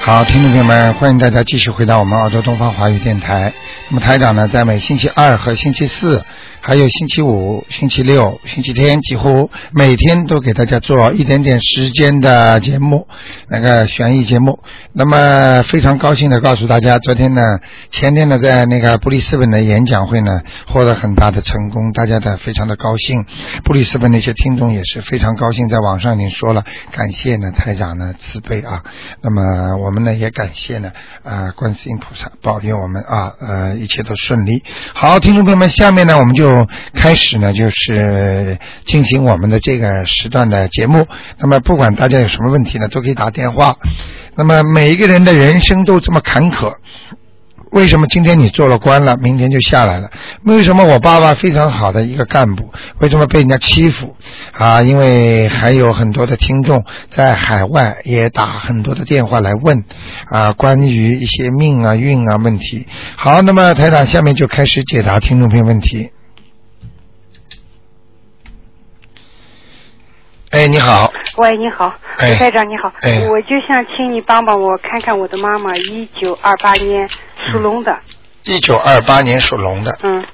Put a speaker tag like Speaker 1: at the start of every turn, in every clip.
Speaker 1: 好，听众朋友们，欢迎大家继续回到我们澳洲东方华语电台。那么台长呢，在每星期二和星期四，还有星期五、星期六、星期天，几乎每天都给大家做一点点时间的节目，那个悬疑节目。那么非常高兴的告诉大家，昨天呢，前天呢，在那个布里斯本的演讲会呢，获得很大的成功，大家的非常的高兴。布里斯本的一些听众也是非常高兴，在网上已经说了，感谢呢台长呢慈悲啊。那么我们呢也感谢呢啊、呃观世音菩萨保佑我们啊呃一切都顺利。好，听众朋友们，下面呢我们就开始呢就是进行我们的这个时段的节目。那么不管大家有什么问题呢，都可以打电话。那么每一个人的人生都这么坎坷，为什么今天你做了官了，明天就下来了？为什么我爸爸非常好的一个干部，为什么被人家欺负？啊，因为还有很多的听众在海外也打很多的电话来问啊，关于一些命啊、运啊问题。好，那么台长下面就开始解答听众朋友问题。哎，你好，
Speaker 2: 喂，你好，
Speaker 1: 哎
Speaker 2: 台长你好，
Speaker 1: 哎
Speaker 2: 我就想请你帮帮我，看看我的妈妈，一九二八年
Speaker 1: 嗯
Speaker 2: 属龙的，
Speaker 1: 一九二八年属龙的，
Speaker 2: 嗯，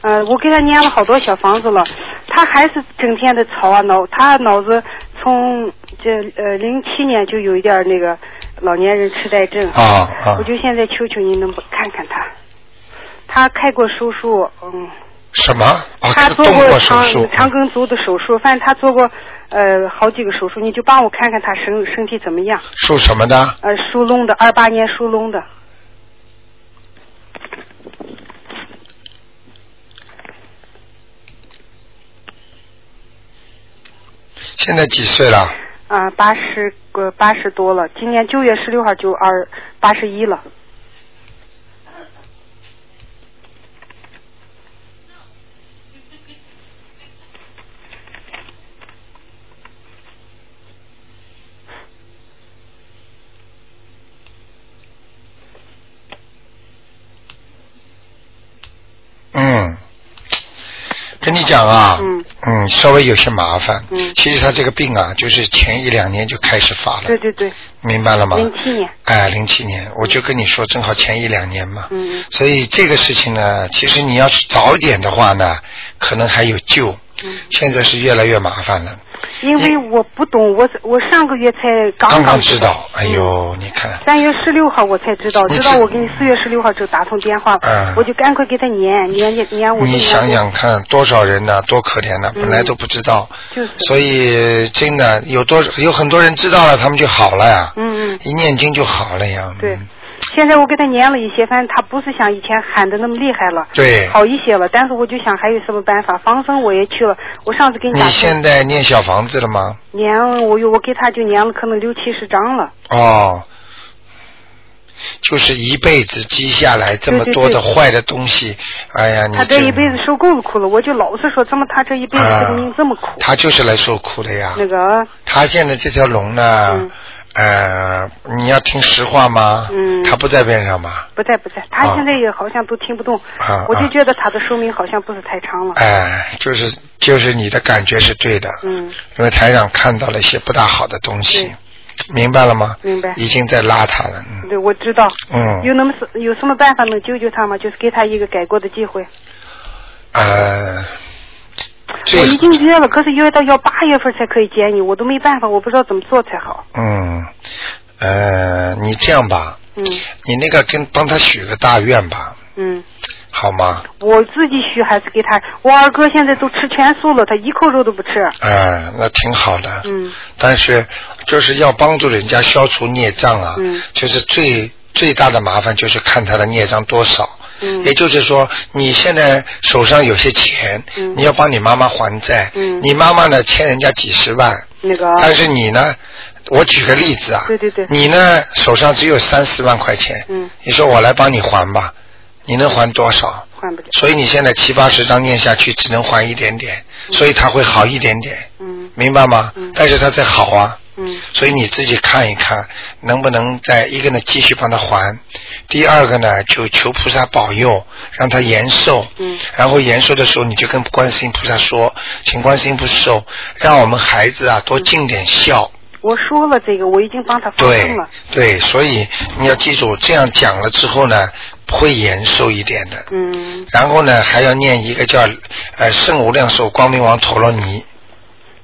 Speaker 2: 呃，我给她念了好多小房子了，她还是整天的吵啊闹，她脑子从这呃零七年就有一点儿那个老年人痴呆症，
Speaker 1: 啊啊
Speaker 2: 我，就现在求求你能不看看她，她开过手术，嗯，
Speaker 1: 什么？啊，
Speaker 2: 他做
Speaker 1: 动过手
Speaker 2: 肠
Speaker 1: 术，
Speaker 2: 肠梗阻的手术，反正他做过呃好几个手术，你就帮我看看他身身体怎么样。
Speaker 1: 属什么的？
Speaker 2: 呃，属龙的，二八年属龙的，
Speaker 1: 现在几岁了？
Speaker 2: 啊、八十个八十多了，今年九月十六号就二八十一了。
Speaker 1: 嗯，跟你讲啊，
Speaker 2: 嗯
Speaker 1: 嗯，稍微有些麻烦。
Speaker 2: 嗯
Speaker 1: 其实他这个病啊，就是前一两年就开始发了
Speaker 2: 对，对对，
Speaker 1: 明白了吗？
Speaker 2: 零七年。
Speaker 1: 哎，零七年，我就跟你说，正好前一两年嘛。
Speaker 2: 嗯嗯
Speaker 1: 所以这个事情呢，其实你要是早一点的话呢，可能还有救。
Speaker 2: 嗯，
Speaker 1: 现在是越来越麻烦了，
Speaker 2: 因为我不懂，我我上个月才刚
Speaker 1: 刚
Speaker 2: 刚
Speaker 1: 刚知道。哎
Speaker 2: 嗯
Speaker 1: 呦，你看，
Speaker 2: 三月十六号我才知道，
Speaker 1: 你
Speaker 2: 知
Speaker 1: 知
Speaker 2: 道我给你四月十六号就打通电话，
Speaker 1: 嗯
Speaker 2: 我就赶快给他撵撵撵撵我。
Speaker 1: 你想，想看，多少人呢、多可怜呢、
Speaker 2: 嗯
Speaker 1: 本来都不知道，
Speaker 2: 就是，
Speaker 1: 所以真的有多有很多人知道了，他们就好了呀。
Speaker 2: 嗯嗯。
Speaker 1: 一念经就好了呀。
Speaker 2: 对
Speaker 1: 嗯，
Speaker 2: 现在我给他念了一些，反正他不是像以前喊的那么厉害了，
Speaker 1: 对，
Speaker 2: 好一些了。但是我就想还有什么办法？防生我也去了，我上次给你
Speaker 1: 你
Speaker 2: 打
Speaker 1: 现
Speaker 2: 通
Speaker 1: 在念小房子了吗？
Speaker 2: 念了，我有我给他就念了可能六七十张了。
Speaker 1: 哦，就是一辈子积下来这么多的
Speaker 2: 对对
Speaker 1: 坏的东西，哎呀，你
Speaker 2: 他这
Speaker 1: 就
Speaker 2: 一辈子受够了苦了，我就老是说，怎么他这一辈子
Speaker 1: 啊
Speaker 2: 这个命这么苦？
Speaker 1: 他就是来受苦的呀。
Speaker 2: 那个，
Speaker 1: 他现在这条龙呢
Speaker 2: 嗯，
Speaker 1: 呃，你要听实话吗？
Speaker 2: 嗯
Speaker 1: 他不在边上吗？
Speaker 2: 不在不在，他
Speaker 1: 啊
Speaker 2: 现在也好像都听不懂，
Speaker 1: 啊
Speaker 2: 我就
Speaker 1: 啊
Speaker 2: 觉得他的寿命好像不是太长了。
Speaker 1: 哎，就是就是你的感觉是对的，
Speaker 2: 嗯，
Speaker 1: 因为台长看到了一些不大好的东西
Speaker 2: 对，
Speaker 1: 明白了吗？
Speaker 2: 明白。
Speaker 1: 已经在拉他了，嗯
Speaker 2: 对，我知道。
Speaker 1: 嗯。
Speaker 2: 有那么是有什么办法能救救他吗？就是给他一个改过的机会。
Speaker 1: 呃，
Speaker 2: 我
Speaker 1: 最
Speaker 2: 已经约了，哎可是约到要八月份才可以见你，我都没办法，我不知道怎么做才好。
Speaker 1: 嗯呃，你这样吧，
Speaker 2: 嗯
Speaker 1: 你那个跟帮他许个大愿吧，
Speaker 2: 嗯，
Speaker 1: 好吗？
Speaker 2: 我自己许还是给他，我二哥现在都吃全素了，他一口肉都不吃。
Speaker 1: 哎、那挺好的。
Speaker 2: 嗯
Speaker 1: 但是就是要帮助人家消除孽障啊，
Speaker 2: 嗯
Speaker 1: 就是最最大的麻烦就是看他的孽障多少。
Speaker 2: 嗯
Speaker 1: 也就是说，你现在手上有些钱，
Speaker 2: 嗯
Speaker 1: 你要帮你妈妈还债。
Speaker 2: 嗯啊
Speaker 1: 你妈妈呢欠人家几十万，
Speaker 2: 那个
Speaker 1: 但是你呢，我举个例子啊，
Speaker 2: 对对对
Speaker 1: 你呢手上只有三四万块钱，
Speaker 2: 嗯
Speaker 1: 你说我来帮你还吧，你能还多少？
Speaker 2: 换不了。
Speaker 1: 所以你现在七八十张念下去，只能还一点点，所以他会好一点点，
Speaker 2: 嗯
Speaker 1: 明白吗？
Speaker 2: 嗯
Speaker 1: 但是他在好啊，
Speaker 2: 嗯
Speaker 1: 所以你自己看一看，能不能在一个呢继续帮他还，第二个呢就求菩萨保佑，让他延寿。
Speaker 2: 嗯
Speaker 1: 然后延寿的时候，你就跟观世音菩萨说，请观世音菩萨，让我们孩子啊多尽点孝，
Speaker 2: 我说了这个，我已经帮他发生
Speaker 1: 对
Speaker 2: 了。
Speaker 1: 对，所以你要记住，这样讲了之后呢，会延寿一点的。
Speaker 2: 嗯，
Speaker 1: 然后呢，还要念一个叫呃圣无量寿光明王陀罗尼，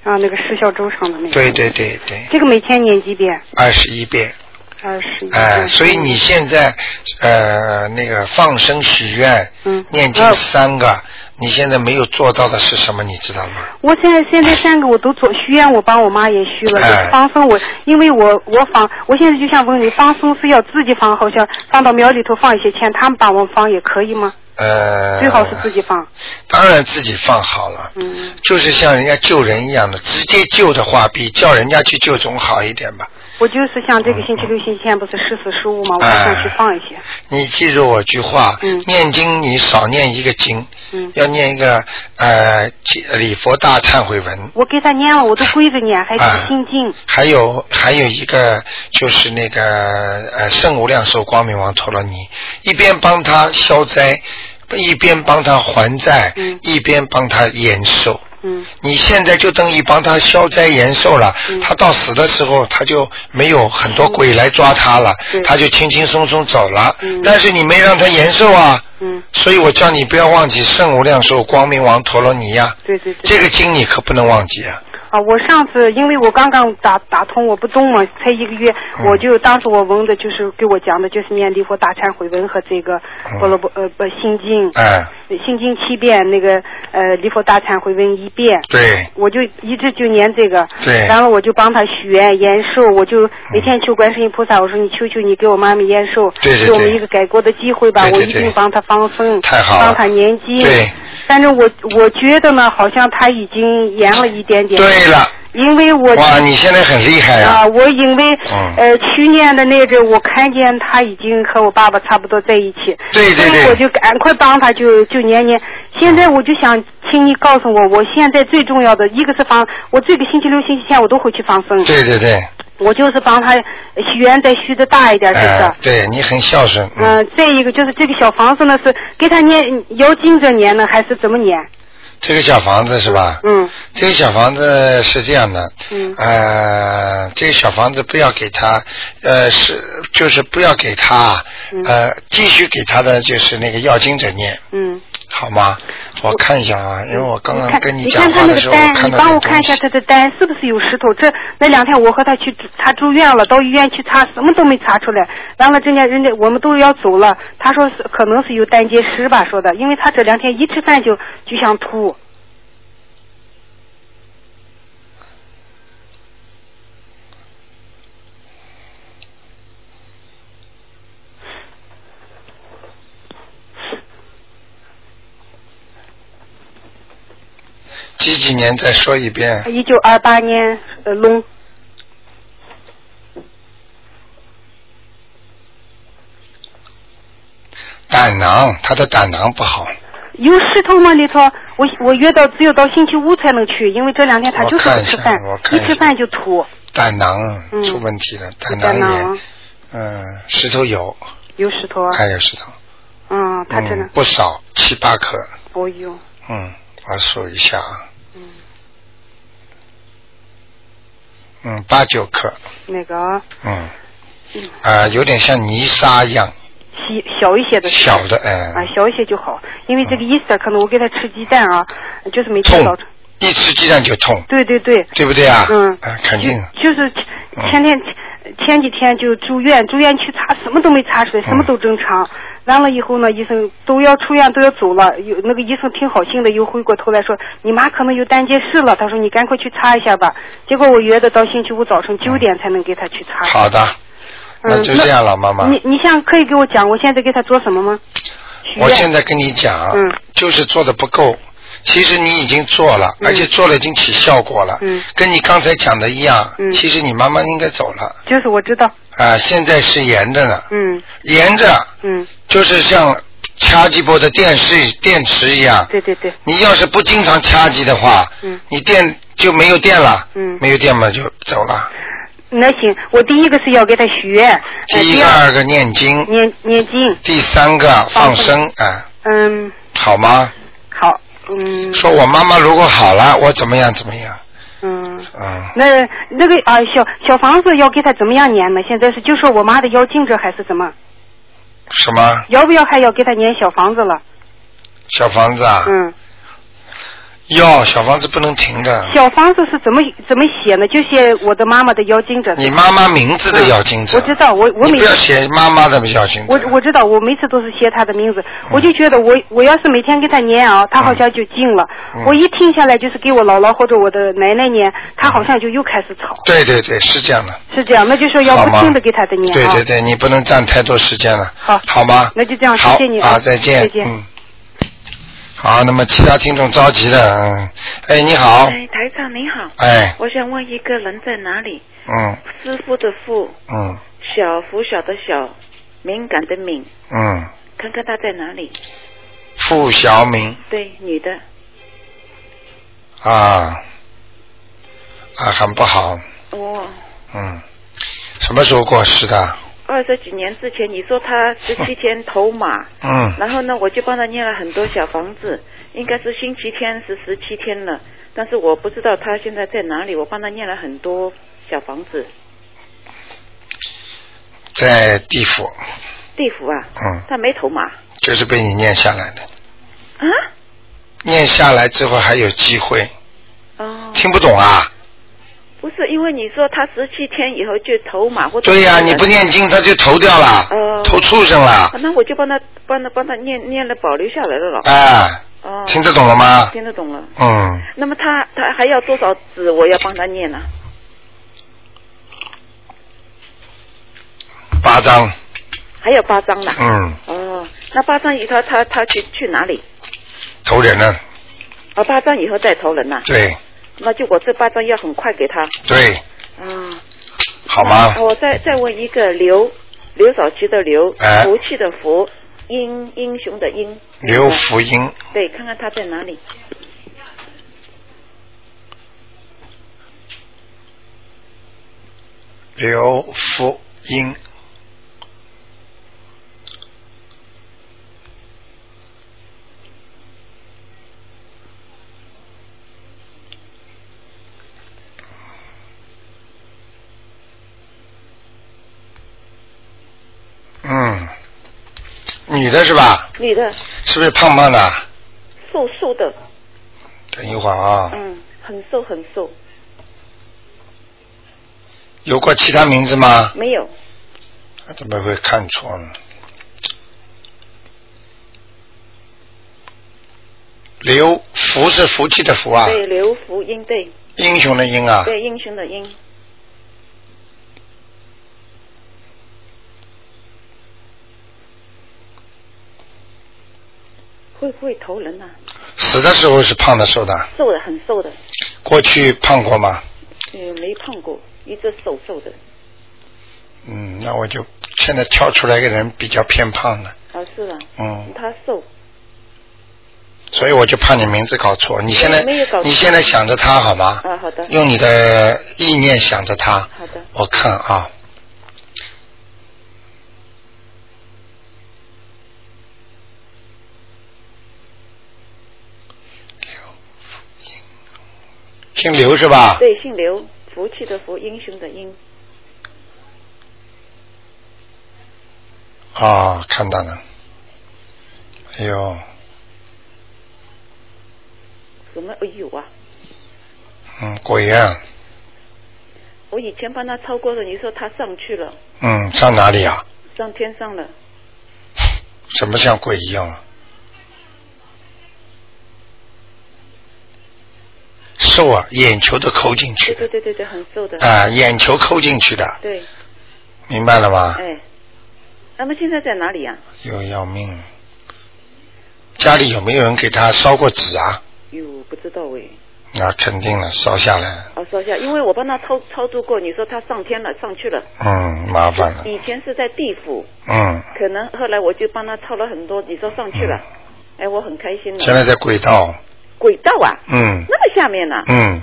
Speaker 2: 啊，那个失效周上的那个。
Speaker 1: 对。对对对，
Speaker 2: 这个每天念几遍？
Speaker 1: 二十一遍。
Speaker 2: 二十一遍。嗯
Speaker 1: 哎、所以你现在呃那个放生许愿，
Speaker 2: 嗯
Speaker 1: 念经
Speaker 2: 呃
Speaker 1: 三个，你现在没有做到的是什么？你知道吗？
Speaker 2: 我现在现在三个我都做，许愿我帮我妈也许了，
Speaker 1: 哎
Speaker 2: 放生我，因为我我放，我现在就想问你，放生是要自己放，好像放到庙里头放一些钱，他们帮我放也可以吗？
Speaker 1: 呃，
Speaker 2: 最好是自己放。
Speaker 1: 当然自己放好了，
Speaker 2: 嗯，
Speaker 1: 就是像人家救人一样的，直接救的话，比叫人家去救总好一点吧。
Speaker 2: 我就是像
Speaker 1: 嗯
Speaker 2: 这个星期六、星期天不是十四、十五嘛，我
Speaker 1: 哎
Speaker 2: 还想去放一些。
Speaker 1: 你记住我句话，
Speaker 2: 嗯
Speaker 1: 念经你少念一个经，
Speaker 2: 嗯，
Speaker 1: 要念一个呃礼佛大忏悔文，
Speaker 2: 我给他念了，我都跪着念，还
Speaker 1: 哎
Speaker 2: 是心经。
Speaker 1: 还有还有一个就是那个呃圣无量寿光明王陀罗尼，一边帮他消灾，一边帮他还债，
Speaker 2: 嗯
Speaker 1: 一边帮他延寿。
Speaker 2: 嗯
Speaker 1: 你现在就等于帮他消灾延寿了，
Speaker 2: 嗯
Speaker 1: 他到死的时候他就没有很多鬼来抓他了，
Speaker 2: 嗯对
Speaker 1: 他就轻轻松松走了。
Speaker 2: 嗯
Speaker 1: 但是你没让他延寿啊，
Speaker 2: 嗯，
Speaker 1: 所以我叫你不要忘记圣无量寿光明王陀罗尼呀、
Speaker 2: 对对对。
Speaker 1: 这个经你可不能忘记啊。
Speaker 2: 啊，我上次因为我刚刚打打通，我不懂嘛，才一个月，
Speaker 1: 嗯
Speaker 2: 我就当时我问的就是给我讲的就是念礼佛大忏悔文和这个
Speaker 1: 嗯
Speaker 2: 菠萝波呃不心经，
Speaker 1: 哎，
Speaker 2: 心经七遍，那个呃礼佛大忏悔文一遍。
Speaker 1: 对
Speaker 2: 我就一直就念这个，
Speaker 1: 对嗯
Speaker 2: 然后我就帮他许愿延寿，我就每天求观世音菩萨，我说你求求你给我妈妈延寿，
Speaker 1: 对对对
Speaker 2: 给我们一个改过的机会吧，
Speaker 1: 对对
Speaker 2: 我一定
Speaker 1: 对
Speaker 2: 帮他放生，
Speaker 1: 太好了
Speaker 2: 帮他念经。
Speaker 1: 对，
Speaker 2: 但是我我觉得呢，好像他已经延了一点点，
Speaker 1: 对了，
Speaker 2: 因为我
Speaker 1: 哇，你现在很厉害
Speaker 2: 啊，
Speaker 1: 啊！
Speaker 2: 我因为、
Speaker 1: 嗯
Speaker 2: 呃去年的那阵，我看见他已经和我爸爸差不多在一起，
Speaker 1: 对对
Speaker 2: 所以
Speaker 1: 对
Speaker 2: 我就赶快帮他就就年年。现在我就想请你告诉我，我现在最重要的一个是放，我这个星期六、星期天我都会去放生，
Speaker 1: 对对对，
Speaker 2: 我就是帮他呃许愿再许的大一点，就是。
Speaker 1: 哎，对你很孝顺，
Speaker 2: 嗯、
Speaker 1: 嗯，
Speaker 2: 再一个就是这个小房子呢，是给他念要经着念呢，还是怎么念？
Speaker 1: 这个小房子是吧？
Speaker 2: 嗯
Speaker 1: 这个小房子是这样的，
Speaker 2: 嗯
Speaker 1: 呃，这个小房子不要给他，呃，是就是不要给他，呃，继续给他的就是那个要经者念，
Speaker 2: 嗯。
Speaker 1: 好吗？我看一下啊，因为我刚刚
Speaker 2: 看
Speaker 1: 跟
Speaker 2: 你
Speaker 1: 讲话
Speaker 2: 看他那
Speaker 1: 的时
Speaker 2: 个
Speaker 1: 候，我
Speaker 2: 单，
Speaker 1: 看
Speaker 2: 你
Speaker 1: 到
Speaker 2: 帮我
Speaker 1: 点
Speaker 2: 看
Speaker 1: 东
Speaker 2: 一下
Speaker 1: 西。
Speaker 2: 他的单是不是有石头？这那两天我和他去他住院了，到医院去查什么都没查出来。完了，人家人家我们都要走了，他说是可能是有胆结石吧，说的，因为他这两天一吃饭就就想吐。
Speaker 1: 几几年再说一遍，
Speaker 2: 一九二八年呃龙，
Speaker 1: 胆囊，他的胆囊不好，
Speaker 2: 有石头吗里头？我我约到只有到星期五才能去，因为这两天他
Speaker 1: 我
Speaker 2: 就是
Speaker 1: 看
Speaker 2: 不
Speaker 1: 一
Speaker 2: 吃
Speaker 1: 下
Speaker 2: 饭
Speaker 1: 我，看
Speaker 2: 一
Speaker 1: 一下
Speaker 2: 吃饭就吐。
Speaker 1: 胆囊
Speaker 2: 嗯
Speaker 1: 出问题了，胆
Speaker 2: 在
Speaker 1: 囊
Speaker 2: 哪
Speaker 1: 炎
Speaker 2: 儿，
Speaker 1: 嗯，石头有，
Speaker 2: 有石头啊？
Speaker 1: 还有石头，
Speaker 2: 嗯，他真的哦
Speaker 1: 嗯，不少，七八颗，
Speaker 2: 我有。
Speaker 1: 嗯，我数一下啊，
Speaker 2: 嗯，
Speaker 1: 嗯，八九颗，
Speaker 2: 那个啊
Speaker 1: 嗯，
Speaker 2: 嗯
Speaker 1: 啊、有点像泥沙一样，
Speaker 2: 细小一些的石头
Speaker 1: 小的，哎、嗯
Speaker 2: 啊，小一些就好，因为这个 Easter 可能我给他吃鸡蛋啊，就是每天
Speaker 1: 痛
Speaker 2: 早晨，
Speaker 1: 一吃鸡蛋就痛，
Speaker 2: 对对对，
Speaker 1: 对不对啊？
Speaker 2: 嗯
Speaker 1: 啊，肯定，
Speaker 2: 就就是
Speaker 1: 嗯
Speaker 2: 前天前几天就住院，住院去查什么都没查出来，
Speaker 1: 嗯
Speaker 2: 什么都正常。完了以后呢，医生都要出院都要走了，有那个医生挺好心的，又回过头来说你妈可能有胆结石了，他说你赶快去查一下吧。结果我约的到星期五早晨九点才能给他去查。
Speaker 1: 嗯好的，
Speaker 2: 嗯，
Speaker 1: 那就这样了，妈妈。
Speaker 2: 你你想可以给我讲我现在给他做什么吗？许
Speaker 1: 我
Speaker 2: 愿
Speaker 1: 现在跟你讲，啊
Speaker 2: 嗯
Speaker 1: 就是做的不够。其实你已经做了，
Speaker 2: 嗯
Speaker 1: 而且做了已经起效果了，
Speaker 2: 嗯
Speaker 1: 跟你刚才讲的一样。
Speaker 2: 嗯
Speaker 1: 其实你妈妈应该走了
Speaker 2: 就是我知道，
Speaker 1: 啊、现在是沿着呢，
Speaker 2: 嗯
Speaker 1: 沿着
Speaker 2: 嗯，
Speaker 1: 就是像掐几波的电视电池一样。
Speaker 2: 对对对，
Speaker 1: 你要是不经常掐机的话，
Speaker 2: 嗯
Speaker 1: 你电就没有电了，
Speaker 2: 嗯
Speaker 1: 没有电嘛就走了。
Speaker 2: 那行，我第一个是要给他许愿，呃，
Speaker 1: 第一
Speaker 2: 第
Speaker 1: 个、
Speaker 2: 二
Speaker 1: 二个念经，
Speaker 2: 念念经，
Speaker 1: 第三个放
Speaker 2: 放
Speaker 1: 生
Speaker 2: 生
Speaker 1: 啊、
Speaker 2: 嗯，
Speaker 1: 好吗？
Speaker 2: 好，嗯，
Speaker 1: 说我妈妈如果好了，我怎么样怎么样？
Speaker 2: 嗯，
Speaker 1: 啊，
Speaker 2: 那那个啊，小小房子要给他怎么样粘呢？现在是就说我妈的妖精着还是怎么？
Speaker 1: 什么
Speaker 2: 要不要还要给他粘小房子了？
Speaker 1: 小房子啊？
Speaker 2: 嗯，
Speaker 1: 要小房子不能停的。
Speaker 2: 小房子是怎么怎么写呢？就写我的妈妈的妖精者。
Speaker 1: 你妈妈名字的要经者
Speaker 2: 我，知道，我我
Speaker 1: 你
Speaker 2: 每
Speaker 1: 不要写妈妈的要经者。
Speaker 2: 我我知道，我每次都是写他的名字，我就觉得我我要是每天给他念啊，他好像就静了。
Speaker 1: 嗯
Speaker 2: 我一停下来就是给我姥姥或者我的奶奶念，他好像就又开始吵。
Speaker 1: 对对对，是这样的。
Speaker 2: 是这样，那就说要
Speaker 1: 好
Speaker 2: 不
Speaker 1: 吗？
Speaker 2: 停的给他的念啊。
Speaker 1: 对对对，你不能占太多时间了。
Speaker 2: 好
Speaker 1: 好吗？
Speaker 2: 那就这样
Speaker 1: 好
Speaker 2: 谢谢你啊
Speaker 1: 啊，再见。
Speaker 2: 再见
Speaker 1: 嗯。好，那么其他听众着急了，嗯，哎，你好，
Speaker 3: 哎，台长你好，
Speaker 1: 哎，
Speaker 3: 我想问一个人在哪里？
Speaker 1: 嗯
Speaker 3: 师傅的傅，
Speaker 1: 嗯
Speaker 3: 小拂晓的小，敏感的敏，
Speaker 1: 嗯，
Speaker 3: 看看他在哪里？
Speaker 1: 付小敏
Speaker 3: 对，女的，
Speaker 1: 啊啊，很不好，
Speaker 3: 哦，
Speaker 1: 嗯，什么时候过世的？
Speaker 3: 二十几年之前你说他十七天头马，
Speaker 1: 嗯
Speaker 3: 然后呢，我就帮他念了很多小房子，应该是星期天是十七天了，但是我不知道他现在在哪里，我帮他念了很多小房子，
Speaker 1: 在地府，
Speaker 3: 地府啊，
Speaker 1: 嗯，
Speaker 3: 他没头马啊，
Speaker 1: 就是被你念下来的，念下来之后还有机会，
Speaker 3: 哦，
Speaker 1: 听不懂啊？
Speaker 3: 不是，因为你说他十七天以后就头马或者
Speaker 1: 对呀、
Speaker 3: 是
Speaker 1: 你不念经，他就投掉了，
Speaker 3: 哦
Speaker 1: 投畜生了
Speaker 3: 啊，那我就帮他帮他帮他念念了保留下来了了。
Speaker 1: 哎，
Speaker 3: 哦，
Speaker 1: 听得懂了吗？
Speaker 3: 听得懂了。
Speaker 1: 嗯，
Speaker 3: 那么他他还要多少纸？我要帮他念呢、
Speaker 1: 八张，
Speaker 3: 还有八张呢。
Speaker 1: 嗯，
Speaker 3: 哦，那八张以后他他去去哪里？
Speaker 1: 投人了，
Speaker 3: 哦，八张以后再投人呐、
Speaker 1: 对
Speaker 3: 那就我这八张要很快给他。
Speaker 1: 对，
Speaker 3: 啊，
Speaker 1: 好吗
Speaker 3: 啊？我再再问一个刘刘少奇的刘，
Speaker 1: 哎
Speaker 3: 福气的福，英英雄的英。
Speaker 1: 刘福英，
Speaker 3: 对，看看他在哪里。
Speaker 1: 刘福英，嗯，女的是吧？
Speaker 3: 女的，
Speaker 1: 是不是胖胖的？
Speaker 3: 瘦瘦的，
Speaker 1: 等一会儿啊，
Speaker 3: 嗯，很瘦很瘦，
Speaker 1: 有过其他名字吗？
Speaker 3: 没有。
Speaker 1: 怎么会看错呢？刘福是福气的福啊，
Speaker 3: 对，刘福英，对
Speaker 1: 英雄的英啊，
Speaker 3: 对，英雄的英。会不会投人呐、
Speaker 1: 死的时候是胖的瘦的，
Speaker 3: 瘦的很瘦的，
Speaker 1: 过去胖过吗？
Speaker 3: 也没胖过，一直瘦瘦的，
Speaker 1: 嗯，那我就现在挑出来一个人比较偏胖的，
Speaker 3: 啊是啊，
Speaker 1: 嗯，
Speaker 3: 他瘦，
Speaker 1: 所以我就怕你名字搞错。你现在
Speaker 3: 没有搞错
Speaker 1: 你现在想着他好吗？
Speaker 3: 啊好的
Speaker 1: 用你的意念想着他。
Speaker 3: 好的，
Speaker 1: 我看啊，姓刘是吧？
Speaker 3: 对，姓刘，福气的福，英雄的英，
Speaker 1: 啊、看到了。哎呦，
Speaker 3: 什么哎呦啊，
Speaker 1: 嗯，果然，
Speaker 3: 我以前帮他超过了，你说他上去了，
Speaker 1: 嗯，上哪里啊？
Speaker 3: 上天上了，
Speaker 1: 什么像鬼一样啊？瘦啊，眼球都抠进去的
Speaker 3: 对对，对对对，很瘦的，
Speaker 1: 啊、眼球抠进去的，
Speaker 3: 对，
Speaker 1: 明白了吗？
Speaker 3: 哎，那么现在在哪里啊呀、
Speaker 1: 又要命！家里有没有人给他烧过纸啊？
Speaker 3: 哟，不知道哎。
Speaker 1: 那肯定了，烧下来了，
Speaker 3: 哦，说一下，因为我帮他超超度过，你说他上天了，上去了。
Speaker 1: 嗯，麻烦了，
Speaker 3: 以前是在地府，
Speaker 1: 嗯，
Speaker 3: 可能后来我就帮他超了很多，你说上去了，哎，我很开心
Speaker 1: 嗯现
Speaker 3: 的。
Speaker 1: 在在轨道，
Speaker 3: 轨道啊，
Speaker 1: 嗯
Speaker 3: 那么下面呢、啊
Speaker 1: 嗯，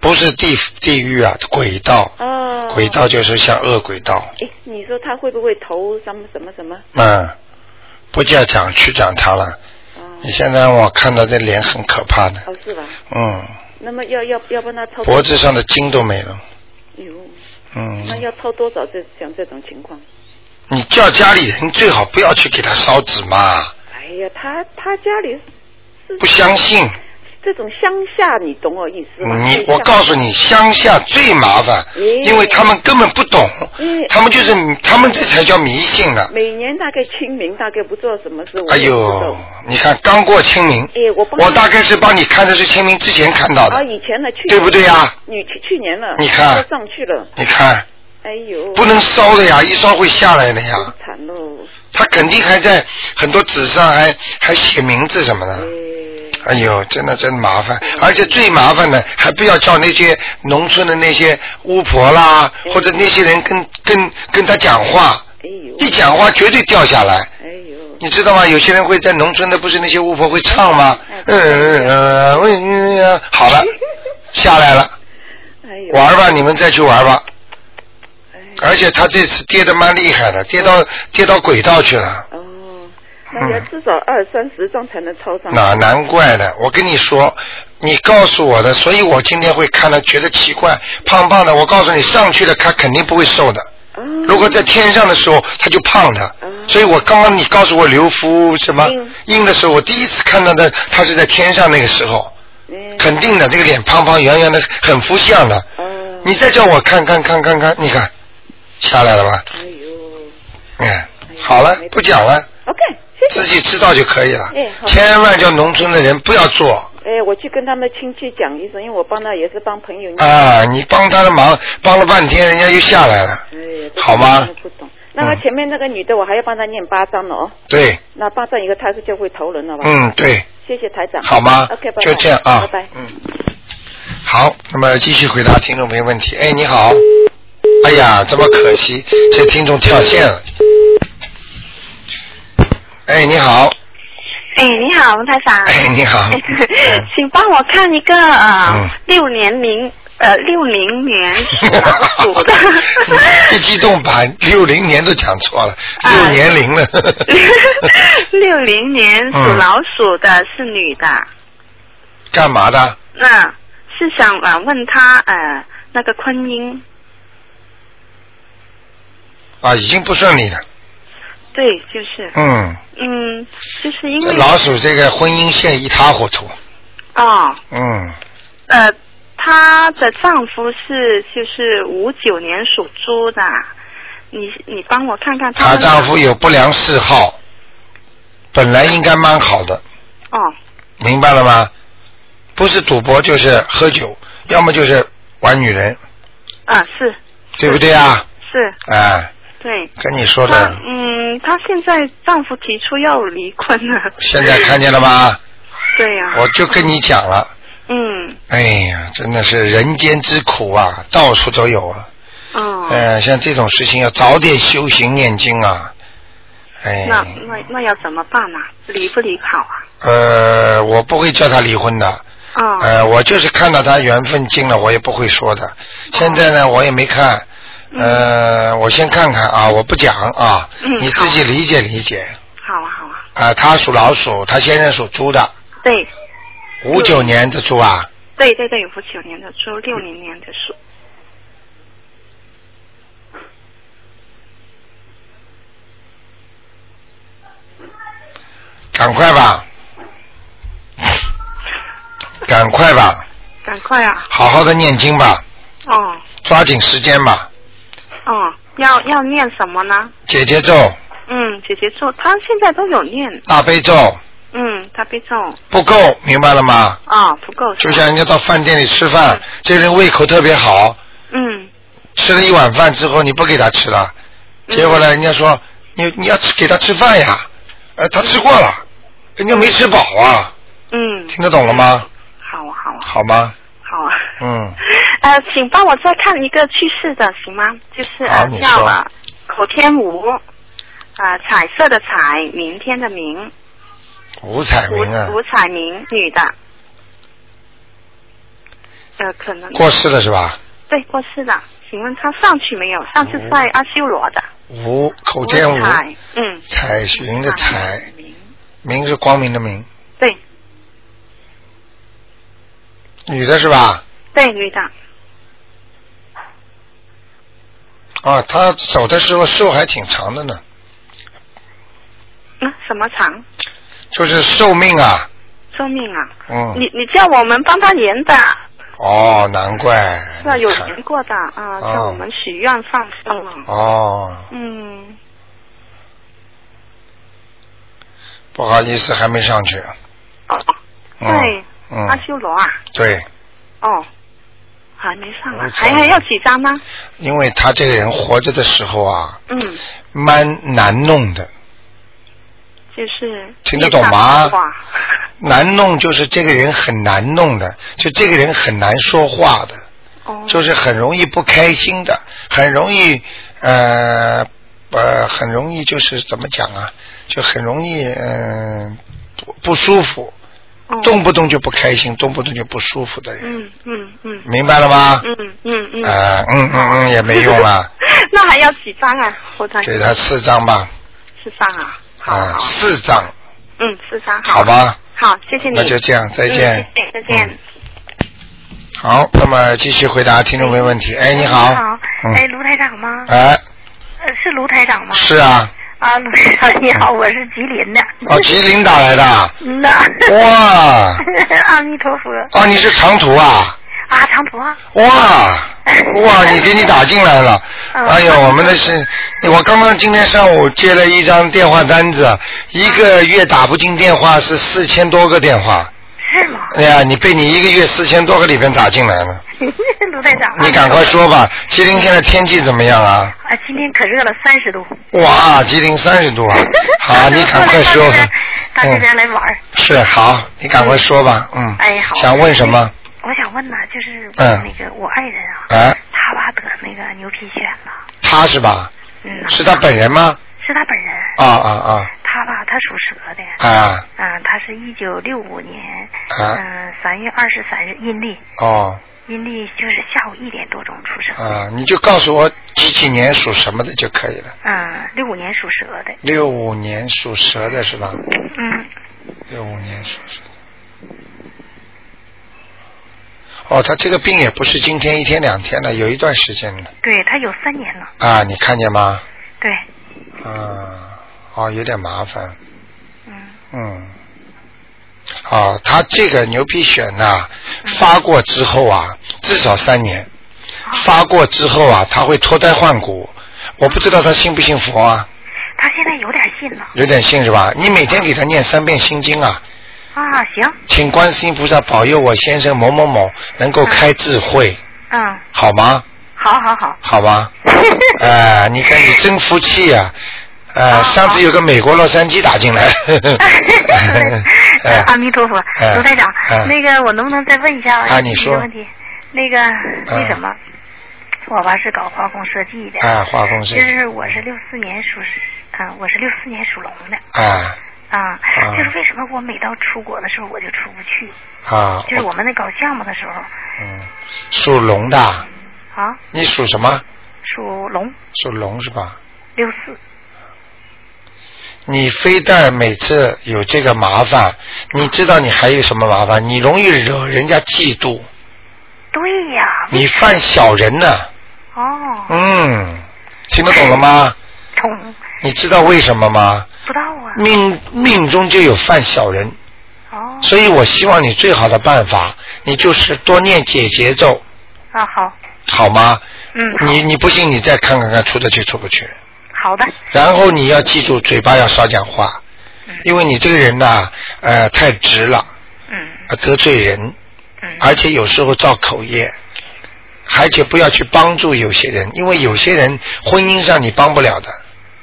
Speaker 1: 不是地地狱啊，轨道，
Speaker 3: 哦，
Speaker 1: 轨。道就是像恶轨道，
Speaker 3: 哎，你说他会不会投什么什么什么？
Speaker 1: 嗯，不叫讲去讲他了。
Speaker 3: 哦，
Speaker 1: 哎你现在我看到这脸很可怕的，
Speaker 3: 哦是吧？
Speaker 1: 嗯，
Speaker 3: 那么要要要帮他操
Speaker 1: 脖子上的筋都没了。
Speaker 3: 有，
Speaker 1: 嗯，
Speaker 3: 那要操多少这像这种情况？
Speaker 1: 你叫家里人最好不要去给他烧纸嘛，
Speaker 3: 哎呀，他他家里是
Speaker 1: 不相信
Speaker 3: 这种乡下，你懂我意思吗？
Speaker 1: 嗯你
Speaker 3: 乡，下
Speaker 1: 我告诉你，乡下最麻烦，
Speaker 3: 咦
Speaker 1: 因为他们根本不懂
Speaker 3: 咦，
Speaker 1: 他们就是他们这才叫迷信呢。
Speaker 3: 每年大概清明大概不做什么事，我
Speaker 1: 哎
Speaker 3: 也嗯不知道
Speaker 1: 呦，你看刚过清明，
Speaker 3: 哎，我帮
Speaker 1: 我大概是帮你看的是清明之前看到
Speaker 3: 啊，
Speaker 1: 的，
Speaker 3: 以前呢，去
Speaker 1: 对不对呀？
Speaker 3: 你去去年了，
Speaker 1: 你看
Speaker 3: 都上去了，
Speaker 1: 你看
Speaker 3: 哎呦，
Speaker 1: 不能烧的呀，一烧会下来的呀，
Speaker 3: 惨喽，
Speaker 1: 他肯定还在很多纸上还还写名字什么的。哎
Speaker 3: 哎，
Speaker 1: 呦，真的真麻烦，而且最麻烦的还不要叫那些农村的那些巫婆啦，
Speaker 3: 嗯
Speaker 1: 或者那些人跟跟跟他讲话，
Speaker 3: 哎呦，
Speaker 1: 一讲话绝对掉下来，
Speaker 3: 哎呦，
Speaker 1: 你知道吗？有些人会在农村的，不是那些巫婆会唱吗？
Speaker 3: 哎
Speaker 1: 嗯嗯嗯，喂嗯呀，好了，下来了，
Speaker 3: 哎呦，
Speaker 1: 玩吧，你们再去玩吧。
Speaker 3: 哎，
Speaker 1: 而且他这次跌得蛮厉害的，跌到跌到轨道去了。
Speaker 3: 哦，那要至少二三十张才能抄上，
Speaker 1: 那难怪呢，我跟你说，你告诉我的，所以我今天会看了觉得奇怪，胖胖的，我告诉你，上去了他肯定不会瘦的，
Speaker 3: 哦
Speaker 1: 如果在天上的时候他就胖的
Speaker 3: 嗯，
Speaker 1: 所以我刚刚你告诉我刘福什么
Speaker 3: 硬
Speaker 1: 硬的时候，我第一次看到的他是在天上那个时候，
Speaker 3: 嗯
Speaker 1: 肯定的，这个脸胖胖圆圆的，很福相的，
Speaker 3: 哦，
Speaker 1: 你再叫我看看看看看，你看下来了吧？
Speaker 3: 哎呦
Speaker 1: 嗯，好了，不讲了，
Speaker 3: ，OK，谢
Speaker 1: 自。
Speaker 3: 谢
Speaker 1: 己知道就可以了
Speaker 3: 哎，好
Speaker 1: 千万叫农村的人不要做。
Speaker 3: 哎，我去跟他们亲戚讲一声，因为我帮他也是帮朋友念。
Speaker 1: 啊，你帮他的忙，帮了半天，人家又下来了。
Speaker 3: 哎呀
Speaker 1: 好吗？嗯
Speaker 3: 这个真的不懂。那么前面那个女的，我还要帮她念八章了哦。
Speaker 1: 对，
Speaker 3: 那八章以后她是就会投人了吧？。
Speaker 1: 嗯，对，
Speaker 3: 谢谢台长。
Speaker 1: 好吗
Speaker 3: OK，拜拜。
Speaker 1: 就这样啊。
Speaker 3: 拜拜。
Speaker 1: 嗯。好，那么继续回答听众朋友问题。哎，你好。哎呀，这么可惜，这听众跳线了。哎，你好。
Speaker 4: 哎，你好，吴台长。
Speaker 1: 哎，你 好。嗯
Speaker 4: 请帮我看一个
Speaker 1: 嗯
Speaker 4: 呃六年零呃六 零年属老鼠的
Speaker 1: 一激动把六零年都讲错了，
Speaker 3: 哎
Speaker 1: 六
Speaker 4: 啊
Speaker 1: 年龄了。
Speaker 4: 六零
Speaker 1: 嗯
Speaker 4: 年属老鼠的是女的，
Speaker 1: 干嘛的？
Speaker 4: 那、是想呃问她呃那个婚姻
Speaker 1: 啊，已经不顺利了。
Speaker 4: 对就是
Speaker 1: 嗯，
Speaker 4: 嗯就是因
Speaker 1: 这
Speaker 4: 为
Speaker 1: 老鼠这个婚姻线一塌糊涂。
Speaker 4: 哦
Speaker 1: 嗯，
Speaker 4: 呃她的丈夫是就是五九年属猪的，你你帮我看看
Speaker 1: 她
Speaker 4: 她
Speaker 1: 丈夫有不良嗜好，本来应该蛮好的，
Speaker 4: 哦
Speaker 1: 明白了吗？不是赌博就是喝酒，要么就是玩女人，
Speaker 4: 啊是
Speaker 1: 对不对啊？
Speaker 4: 是
Speaker 1: 哎，
Speaker 4: 对。
Speaker 1: 跟你说
Speaker 4: 她
Speaker 1: 的，
Speaker 4: 嗯，她现在丈夫提出要离婚了。
Speaker 1: 现在看见了吧？
Speaker 4: 对呀、
Speaker 1: 我就跟你讲了，
Speaker 4: 嗯
Speaker 1: 哎呀，真的是人间之苦啊，到处都有啊。
Speaker 4: 哦，
Speaker 1: 哎，像这种事情要早点修行念经啊。哎，
Speaker 4: 那那那要怎么办呢、离不离好啊？
Speaker 1: 呃，我不会叫他离婚的。
Speaker 4: 哦、
Speaker 1: 呃，我就是看到他缘分尽了，我也不会说的。现在呢，我也没看，呃，我先看看啊，我不讲啊，
Speaker 4: 嗯
Speaker 1: 你自己理解理解。
Speaker 4: 好啊好啊，
Speaker 1: 啊、他属老鼠，他先生属猪的，
Speaker 4: 对
Speaker 1: 五九年的猪啊，
Speaker 4: 对对对，五九年的猪，六零年的鼠，
Speaker 1: 赶快吧，赶快吧，
Speaker 4: 赶快啊！
Speaker 1: 好好的念经吧，
Speaker 4: 哦
Speaker 1: 抓紧时间吧，
Speaker 4: 哦，要要念什么呢？
Speaker 1: 姐姐咒、
Speaker 4: 嗯，姐姐做，她现在都有念，
Speaker 1: 大悲咒
Speaker 4: 嗯，她被重
Speaker 1: 不够，明白了吗？
Speaker 4: 啊、哦、不够是
Speaker 1: 就
Speaker 4: 吧，
Speaker 1: 像人家到饭店里吃饭，这个人胃口特别好，
Speaker 4: 嗯
Speaker 1: 吃了一碗饭之后你不给他吃了，
Speaker 4: 嗯
Speaker 1: 结果呢，人家说你你要吃给他吃饭呀，呃，他吃过了，人家没吃饱啊，
Speaker 4: 嗯，
Speaker 1: 听得懂了吗？
Speaker 4: 好啊好啊
Speaker 1: 好吗？
Speaker 4: 好啊。
Speaker 1: 嗯，
Speaker 4: 呃，请帮我再看一个去世的，行吗？就是
Speaker 1: 好
Speaker 4: 呃
Speaker 1: 你
Speaker 4: 叫
Speaker 1: 说
Speaker 4: 呃口天吴，呃彩色的彩，明天的明，
Speaker 1: 吴彩
Speaker 4: 吴
Speaker 1: 明啊，
Speaker 4: 吴彩明，女的。呃，可能
Speaker 1: 过世了是吧？
Speaker 4: 对过世了，请问她上去没有？上次在
Speaker 1: 嗯
Speaker 4: 阿修罗的。
Speaker 1: 吴口
Speaker 4: 吴
Speaker 1: 见吴，
Speaker 4: 彩，嗯，
Speaker 1: 彩云的彩，
Speaker 4: 明
Speaker 1: 明是光明的明，
Speaker 4: 对，
Speaker 1: 女的是吧？
Speaker 5: 对，女的。
Speaker 1: 啊，她走的时候寿还挺长的呢，
Speaker 5: 嗯，什么长？
Speaker 1: 就是寿命啊。
Speaker 5: 寿命啊！
Speaker 1: 嗯。
Speaker 5: 你你叫我们帮他延的，
Speaker 1: 哦，难怪。
Speaker 5: 是吧？有
Speaker 1: 你看
Speaker 5: 延过的啊，叫
Speaker 1: 哦
Speaker 5: 我们许愿放生了。
Speaker 1: 哦，
Speaker 5: 嗯，
Speaker 1: 不好意思，还没上去。
Speaker 5: 哦，
Speaker 1: 嗯、
Speaker 5: 对，阿
Speaker 1: 嗯，
Speaker 5: 修罗啊，
Speaker 1: 对，
Speaker 5: 哦，还没上
Speaker 1: 我
Speaker 5: 啊，
Speaker 1: 操
Speaker 5: 还还要几张呢？
Speaker 1: 因为他这个人活着的时候啊，
Speaker 5: 嗯，
Speaker 1: 蛮难弄的，
Speaker 5: 就是
Speaker 1: 听得懂吗
Speaker 5: 一张哇，
Speaker 1: 难弄就是这个人很难弄的，就这个人很难说话的，
Speaker 5: 哦，
Speaker 1: 就是很容易不开心的，很容易呃呃，很容易就是怎么讲啊，就很容易嗯、呃不不舒服，
Speaker 5: 哦
Speaker 1: 动不动就不开心，动不动就不舒服的人，
Speaker 5: 嗯嗯嗯
Speaker 1: 明白了吗？
Speaker 5: 嗯嗯嗯，
Speaker 1: 啊、嗯嗯嗯，也没 用了，
Speaker 5: 那还要几张啊？我才
Speaker 1: 给他四张吧，
Speaker 5: 四张啊，好
Speaker 1: 啊、
Speaker 5: 好，
Speaker 1: 四张，
Speaker 5: 嗯，四张好，
Speaker 1: 好，吧，
Speaker 5: 好，谢谢你，
Speaker 1: 那就这样，再见。
Speaker 5: 嗯谢谢再见。
Speaker 1: 好，那么继续回答听众朋友问题。哎，你好。
Speaker 4: 好，哎，
Speaker 1: 嗯。
Speaker 4: 卢台长吗？
Speaker 1: 哎，
Speaker 4: 呃是卢台长吗？
Speaker 1: 是啊，
Speaker 4: 啊，卢台长你好，我是吉林的。
Speaker 1: 哦，嗯吉林打来的啊，
Speaker 4: 嗯呐，
Speaker 1: 哇，
Speaker 4: 阿弥陀佛
Speaker 1: 哦，你是长途啊，
Speaker 4: 啊，长途啊，
Speaker 1: 哇，哇，你给你打进来了，
Speaker 4: 嗯
Speaker 1: 哎呦，我们的是，我刚刚今天上午接了一张电话单子，一个月打不进电话是四千多个电话，
Speaker 4: 是吗？
Speaker 1: 哎呀，你被你一个月四千多个里边打进来了，
Speaker 4: 卢台长，
Speaker 1: 你赶快说吧，吉林现在天气怎么样啊？
Speaker 4: 啊，今天可热了，三十度。
Speaker 1: 哇，吉林三十度啊！
Speaker 4: 嗯
Speaker 1: 好，你赶快说
Speaker 4: 到 这边。到这边
Speaker 1: 嗯，
Speaker 4: 来玩儿。
Speaker 1: 是好，你赶快说吧。嗯。
Speaker 4: 哎好
Speaker 1: 想问什么？
Speaker 4: 我想问呢，就是
Speaker 1: 嗯
Speaker 4: 那个我爱人啊，
Speaker 1: 哎，
Speaker 4: 他吧得那个牛皮癣了，
Speaker 1: 他是吧？
Speaker 4: 嗯呐，
Speaker 1: 是他本人吗？
Speaker 4: 是他本人，
Speaker 1: 啊啊啊
Speaker 4: 他吧他属蛇的，
Speaker 1: 啊！
Speaker 4: 嗯，他是一九六五年，
Speaker 1: 啊
Speaker 4: 嗯，三月二十三日阴历，
Speaker 1: 哦
Speaker 4: 阴历就是下午一点多钟出生，
Speaker 1: 啊，你就告诉我几几年属什么的就可以了。
Speaker 4: 嗯，六五年属蛇的，
Speaker 1: 六五年属蛇的是吧？
Speaker 4: 嗯，
Speaker 1: 六五年属蛇的。哦，他这个病也不是今天一天两天了，有一段时间了
Speaker 4: 对他有三年了，
Speaker 1: 啊，你看见吗？
Speaker 4: 对，
Speaker 1: 啊，哦，有点麻烦。
Speaker 4: 嗯，
Speaker 1: 嗯，啊，他这个牛皮癣呐、发过之后啊，至少三年，
Speaker 4: 哦
Speaker 1: 发过之后啊，他会脱胎换骨。我不知道他信不信佛啊，
Speaker 4: 他现在有点信了，
Speaker 1: 有点信是吧？你每天给他念三遍心经啊，
Speaker 4: 啊，行，
Speaker 1: 请观世音菩萨保佑我先生某某某能够开智慧，
Speaker 4: 嗯，
Speaker 1: 好吗？
Speaker 4: 好好好，
Speaker 1: 好吗？哎、你看你 真服气呀、啊！呃，上次有个美国洛杉矶打进来，哎
Speaker 4: 阿弥 陀佛
Speaker 1: 哎，
Speaker 4: 卢台长
Speaker 1: 哎，
Speaker 4: 那个我能不能再问一下
Speaker 1: 啊你
Speaker 4: 一
Speaker 1: 说啊
Speaker 4: 个问题？那个那什么，我吧是搞化工设计的，
Speaker 1: 啊，画风
Speaker 4: 就是是我是六四年属，啊，我是六四年属龙的，
Speaker 1: 啊
Speaker 4: 啊
Speaker 1: 啊，
Speaker 4: 就是为什么我每到出国的时候我就出不去？
Speaker 1: 啊，
Speaker 4: 就是我们那搞项目的时候
Speaker 1: 嗯，属龙的，
Speaker 4: 啊，
Speaker 1: 你属什么？
Speaker 4: 属龙
Speaker 1: 属龙是吧？
Speaker 4: 六四，
Speaker 1: 你非但每次有这个麻烦，你知道你还有什么麻烦？你容易惹人家嫉妒，
Speaker 4: 对呀，
Speaker 1: 你犯小人呢。
Speaker 4: 哦，
Speaker 1: 嗯，听得懂了吗？
Speaker 4: 懂，
Speaker 1: 你知道为什么吗？
Speaker 4: 不到啊，
Speaker 1: 命命中就有犯小人，
Speaker 4: 哦，
Speaker 1: 所以我希望你最好的办法，你就是多念解节咒，
Speaker 4: 啊好，
Speaker 1: 好吗？
Speaker 4: 嗯，
Speaker 1: 你你不信，你再看看看出得去出不去。
Speaker 4: 好的，
Speaker 1: 然后你要记住，嘴巴要少讲话，因为你这个人呐、呃，太直了，
Speaker 4: 嗯
Speaker 1: 呃得罪人，
Speaker 4: 嗯，
Speaker 1: 而且有时候造口业，而且不要去帮助有些人，因为有些人婚姻上你帮不了的。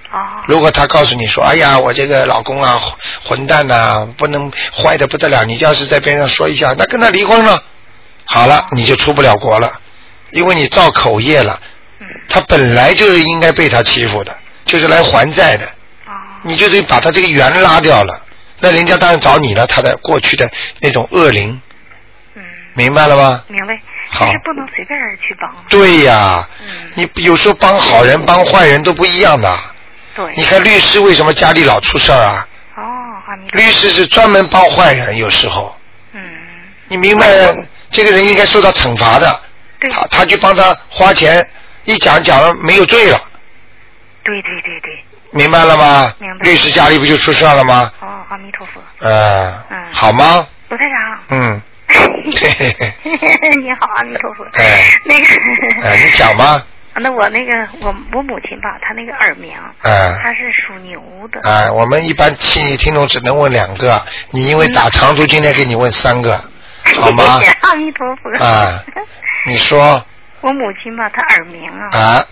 Speaker 4: 哦，
Speaker 1: 如果他告诉你说，哎呀，我这个老公啊，混蛋呐、不能坏的不得了，你要是在边上说一下，那跟他离婚了，好了，你就出不了国了，因为你造口业了。
Speaker 4: 嗯
Speaker 1: 他本来就是应该被他欺负的，就是来还债的。
Speaker 4: 哦，
Speaker 1: 你就得把他这个缘拉掉了，那人家当然找你了，他的过去的那种恶灵，
Speaker 4: 嗯，
Speaker 1: 明白了吗？
Speaker 4: 明白，
Speaker 1: 好
Speaker 4: 就是不能随便人去帮，
Speaker 1: 对呀，
Speaker 4: 嗯，
Speaker 1: 你有时候帮好人帮坏人都不一样的。
Speaker 4: 对
Speaker 1: 你，看律师为什么家里老出事儿啊？
Speaker 4: 哦，阿弥陀，
Speaker 1: 律师是专门帮坏人，有时候
Speaker 4: 嗯，
Speaker 1: 你明白？这个人应该受到惩罚的。
Speaker 4: 对
Speaker 1: 他他去帮他花钱，一讲讲了没有罪了，
Speaker 4: 对对对对，
Speaker 1: 明白了吗？
Speaker 4: 明白
Speaker 1: 律师家里不就出事儿了吗？
Speaker 4: 哦，阿弥陀佛，
Speaker 1: 呃，
Speaker 4: 嗯
Speaker 1: 好吗？
Speaker 4: 罗台长，
Speaker 1: 嗯，嘿嘿嘿，
Speaker 4: 你好，阿弥陀佛，
Speaker 1: 哎
Speaker 4: 那个，
Speaker 1: 哎，你讲吧，
Speaker 4: 那我那个我我母亲吧，她那个耳鸣，
Speaker 1: 哎
Speaker 4: 她是属牛 的，
Speaker 1: 哎，我们一般听听众只能问两个，你
Speaker 4: 嗯
Speaker 1: 因为打长途，今天给你问三个，好吗？
Speaker 4: 阿弥陀佛，
Speaker 1: 啊，你说
Speaker 4: 我母亲吧，她耳鸣啊，
Speaker 1: 啊，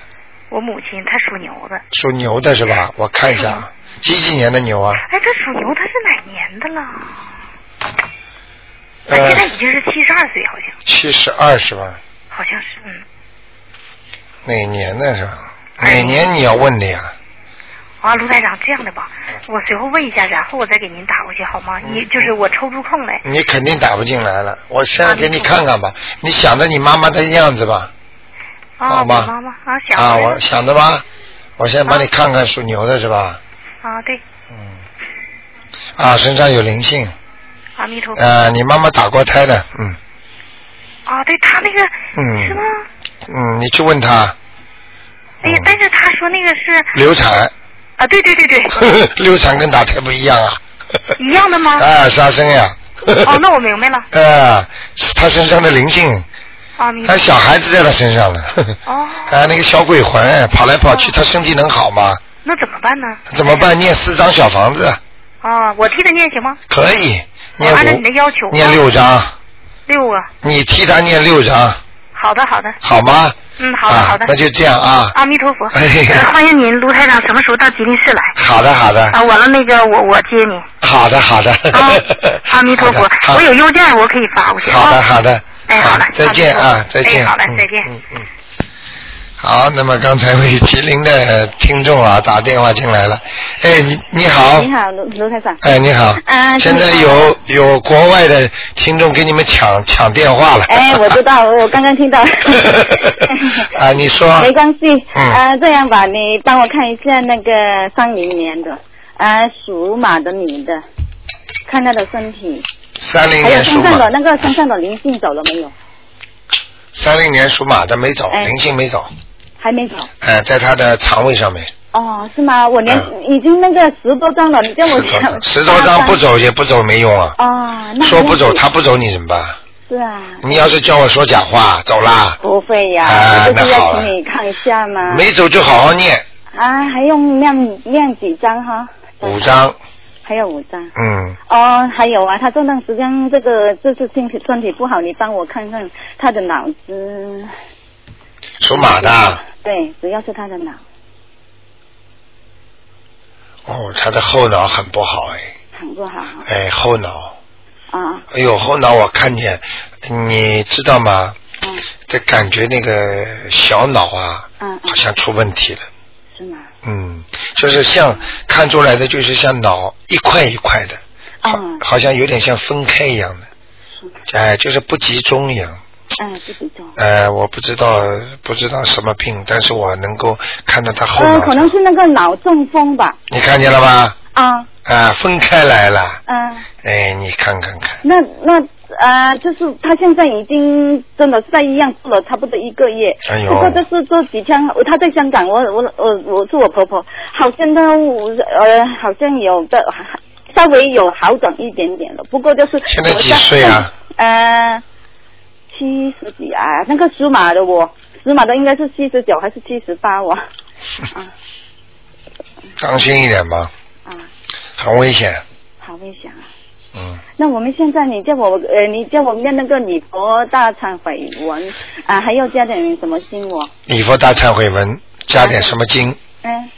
Speaker 4: 我母亲她属牛的，
Speaker 1: 属牛的是吧？我看一下，
Speaker 4: 嗯
Speaker 1: 啊，几几年的牛啊？
Speaker 4: 哎，她属牛，她是哪年的了？她哎现在
Speaker 1: 呃，
Speaker 4: 已经是七十二岁，好像，
Speaker 1: 七十二是吧？
Speaker 4: 好像是，嗯，
Speaker 1: 哪年的是吧？哪
Speaker 4: 哎
Speaker 1: 年你要问的呀？
Speaker 4: 啊，卢台长，这样的吧，我随后问一下，然后我再给您打过去好吗？
Speaker 1: 嗯
Speaker 4: 你就是我抽出空来，
Speaker 1: 你肯定打不进来了，我现在给你看看吧。你想着你妈妈的样子吧？
Speaker 4: 啊，
Speaker 1: 好
Speaker 4: 我
Speaker 1: 吧
Speaker 4: 妈妈啊，想
Speaker 1: 啊，
Speaker 4: 着
Speaker 1: 我想着吧，我先帮你看看属牛的是吧？
Speaker 4: 啊，对，
Speaker 1: 嗯。啊，身上有灵性。
Speaker 4: 阿弥啊陀佛，
Speaker 1: 呃，你妈妈打过胎的，嗯
Speaker 4: 啊，对她那个
Speaker 1: 嗯
Speaker 4: 是吗？
Speaker 1: 嗯，你去问她。
Speaker 4: 哎呀
Speaker 1: 嗯，
Speaker 4: 但是她说那个是
Speaker 1: 流产，
Speaker 4: 啊，对对对对，
Speaker 1: 流产跟打胎不一样啊。
Speaker 4: 一样的吗？
Speaker 1: 啊，杀生呀。
Speaker 4: 嗯哦，那我明白了，
Speaker 1: 啊，是他身上的灵性，
Speaker 4: 阿弥陀
Speaker 1: 他
Speaker 4: 佛，
Speaker 1: 小孩子在他身上呢。
Speaker 4: 哦
Speaker 1: 啊，那个小鬼魂跑来跑去，
Speaker 4: 嗯
Speaker 1: 他身体能好吗？
Speaker 4: 那怎么办呢？
Speaker 1: 怎么办？念四张小房子
Speaker 4: 啊，我替她念行吗？
Speaker 1: 可以，
Speaker 4: 我
Speaker 1: 念
Speaker 4: 按照
Speaker 1: 五
Speaker 4: 哦你的要求，啊
Speaker 1: 念六张，
Speaker 4: 六个，
Speaker 1: 你替他念六张，
Speaker 4: 好的好的，
Speaker 1: 好吗？
Speaker 4: 嗯，好的
Speaker 1: 啊
Speaker 4: 好的
Speaker 1: 那，就这样啊。
Speaker 4: 阿弥陀佛，
Speaker 1: 哎呀
Speaker 4: 呃欢迎您，卢台长什么时候到吉林市来？
Speaker 1: 好的，好的，
Speaker 4: 啊，完了那个我我接 你。
Speaker 1: 好的，好的。
Speaker 4: 啊，阿弥陀佛
Speaker 1: 好的， 好
Speaker 4: 我有邮件我可以发过去啊。
Speaker 1: 好的，好的。
Speaker 4: 哎好嘞
Speaker 1: 再见啊，
Speaker 4: 好
Speaker 1: 再
Speaker 4: 嘞
Speaker 1: 见。
Speaker 4: 哎好嘞
Speaker 1: 嗯
Speaker 4: 再见
Speaker 1: 嗯嗯。好，那么刚才为吉林的听众啊打电话进来了。哎，你你好。
Speaker 6: 你好，卢卢台长。
Speaker 1: 哎，你好。
Speaker 6: 啊
Speaker 1: 现在
Speaker 6: 你好
Speaker 1: 有有国外的听众给你们抢抢电话了。。
Speaker 6: 哎，我知。道，我刚刚听到
Speaker 1: 啊你说
Speaker 6: 没关系。
Speaker 1: 嗯
Speaker 6: 啊，这样吧，你帮我看一下那个三零年的，啊，属马的女的，看她的身体，
Speaker 1: 三零
Speaker 6: 还有
Speaker 1: 年嗯属
Speaker 6: 身上的
Speaker 1: 马，
Speaker 6: 那个身上的灵性走了没有？
Speaker 1: 三零年属马的没走，
Speaker 6: 哎
Speaker 1: 灵性没走，
Speaker 6: 还没走。
Speaker 1: 哎，在他的肠胃上面，
Speaker 6: 哦，是吗？我连、
Speaker 1: 嗯
Speaker 6: 已经那个十多张了，你哎叫我
Speaker 1: 十多
Speaker 6: 想
Speaker 1: 十多张不。
Speaker 6: 八
Speaker 1: 走也不走没用啊，
Speaker 6: 哦，那
Speaker 1: 说不走
Speaker 6: 还是
Speaker 1: 他不走你怎么办？
Speaker 6: 是啊，
Speaker 1: 你要是叫我说假话，走啦，
Speaker 6: 不会呀，
Speaker 1: 啊
Speaker 6: 我不是
Speaker 1: 那好
Speaker 6: 要
Speaker 1: 了
Speaker 6: 请你看一下吗？
Speaker 1: 没走就好好念
Speaker 6: 啊，还用亮亮几张哈？
Speaker 1: 五张，
Speaker 6: 还有五张。
Speaker 1: 嗯，
Speaker 6: 哦，还有啊，他这段时间这个这次身体身体不好，你帮我看看他的脑子。
Speaker 1: 属马的，
Speaker 6: 对，主要是他的脑。
Speaker 1: 哦，他的后脑很不好哎，
Speaker 6: 很不好
Speaker 1: 哎，后脑，
Speaker 6: 啊，
Speaker 1: 哎呦，后脑我看见，你知道吗？
Speaker 6: 嗯
Speaker 1: 这感觉那个小脑啊，
Speaker 6: 嗯嗯
Speaker 1: 好，像出问题了。
Speaker 6: 是吗？
Speaker 1: 嗯，就是像看出来的，就是像脑一块一块的，好
Speaker 6: 嗯，
Speaker 1: 好像有点像分开一样的，
Speaker 6: 是吗？
Speaker 1: 哎，就是不集中一样。
Speaker 6: 哎，自己做。
Speaker 1: 呃，我不知道不知道什么病，但是我能够看到他后
Speaker 6: 呃，
Speaker 1: 脑。
Speaker 6: 可能是那个脑中风吧。
Speaker 1: 你看见了吧？
Speaker 6: 啊，
Speaker 1: 啊，分开来了。
Speaker 6: 嗯、
Speaker 1: 哎，你看看看，
Speaker 6: 那那呃，就是他现在已经真的在医院住了差不多一个月。
Speaker 1: 哎呦
Speaker 6: 不过这是这几天，我他在香港，我我我我是我婆婆，好像她我呃好像有的稍微有好转一点点了。不过就是
Speaker 1: 现在几岁啊？
Speaker 6: 呃，七十几啊，那个属马的我，属马的应该是七十九还是七十八我？ 啊
Speaker 1: 当心一点吧，
Speaker 6: 啊，
Speaker 1: 很危险。
Speaker 6: 好危险啊！
Speaker 1: 嗯，
Speaker 6: 那我们现在你叫我呃，你叫我念那个礼佛大忏悔文啊，还要加点什么经我？
Speaker 1: 礼佛大忏悔文加点什么经？
Speaker 6: 嗯，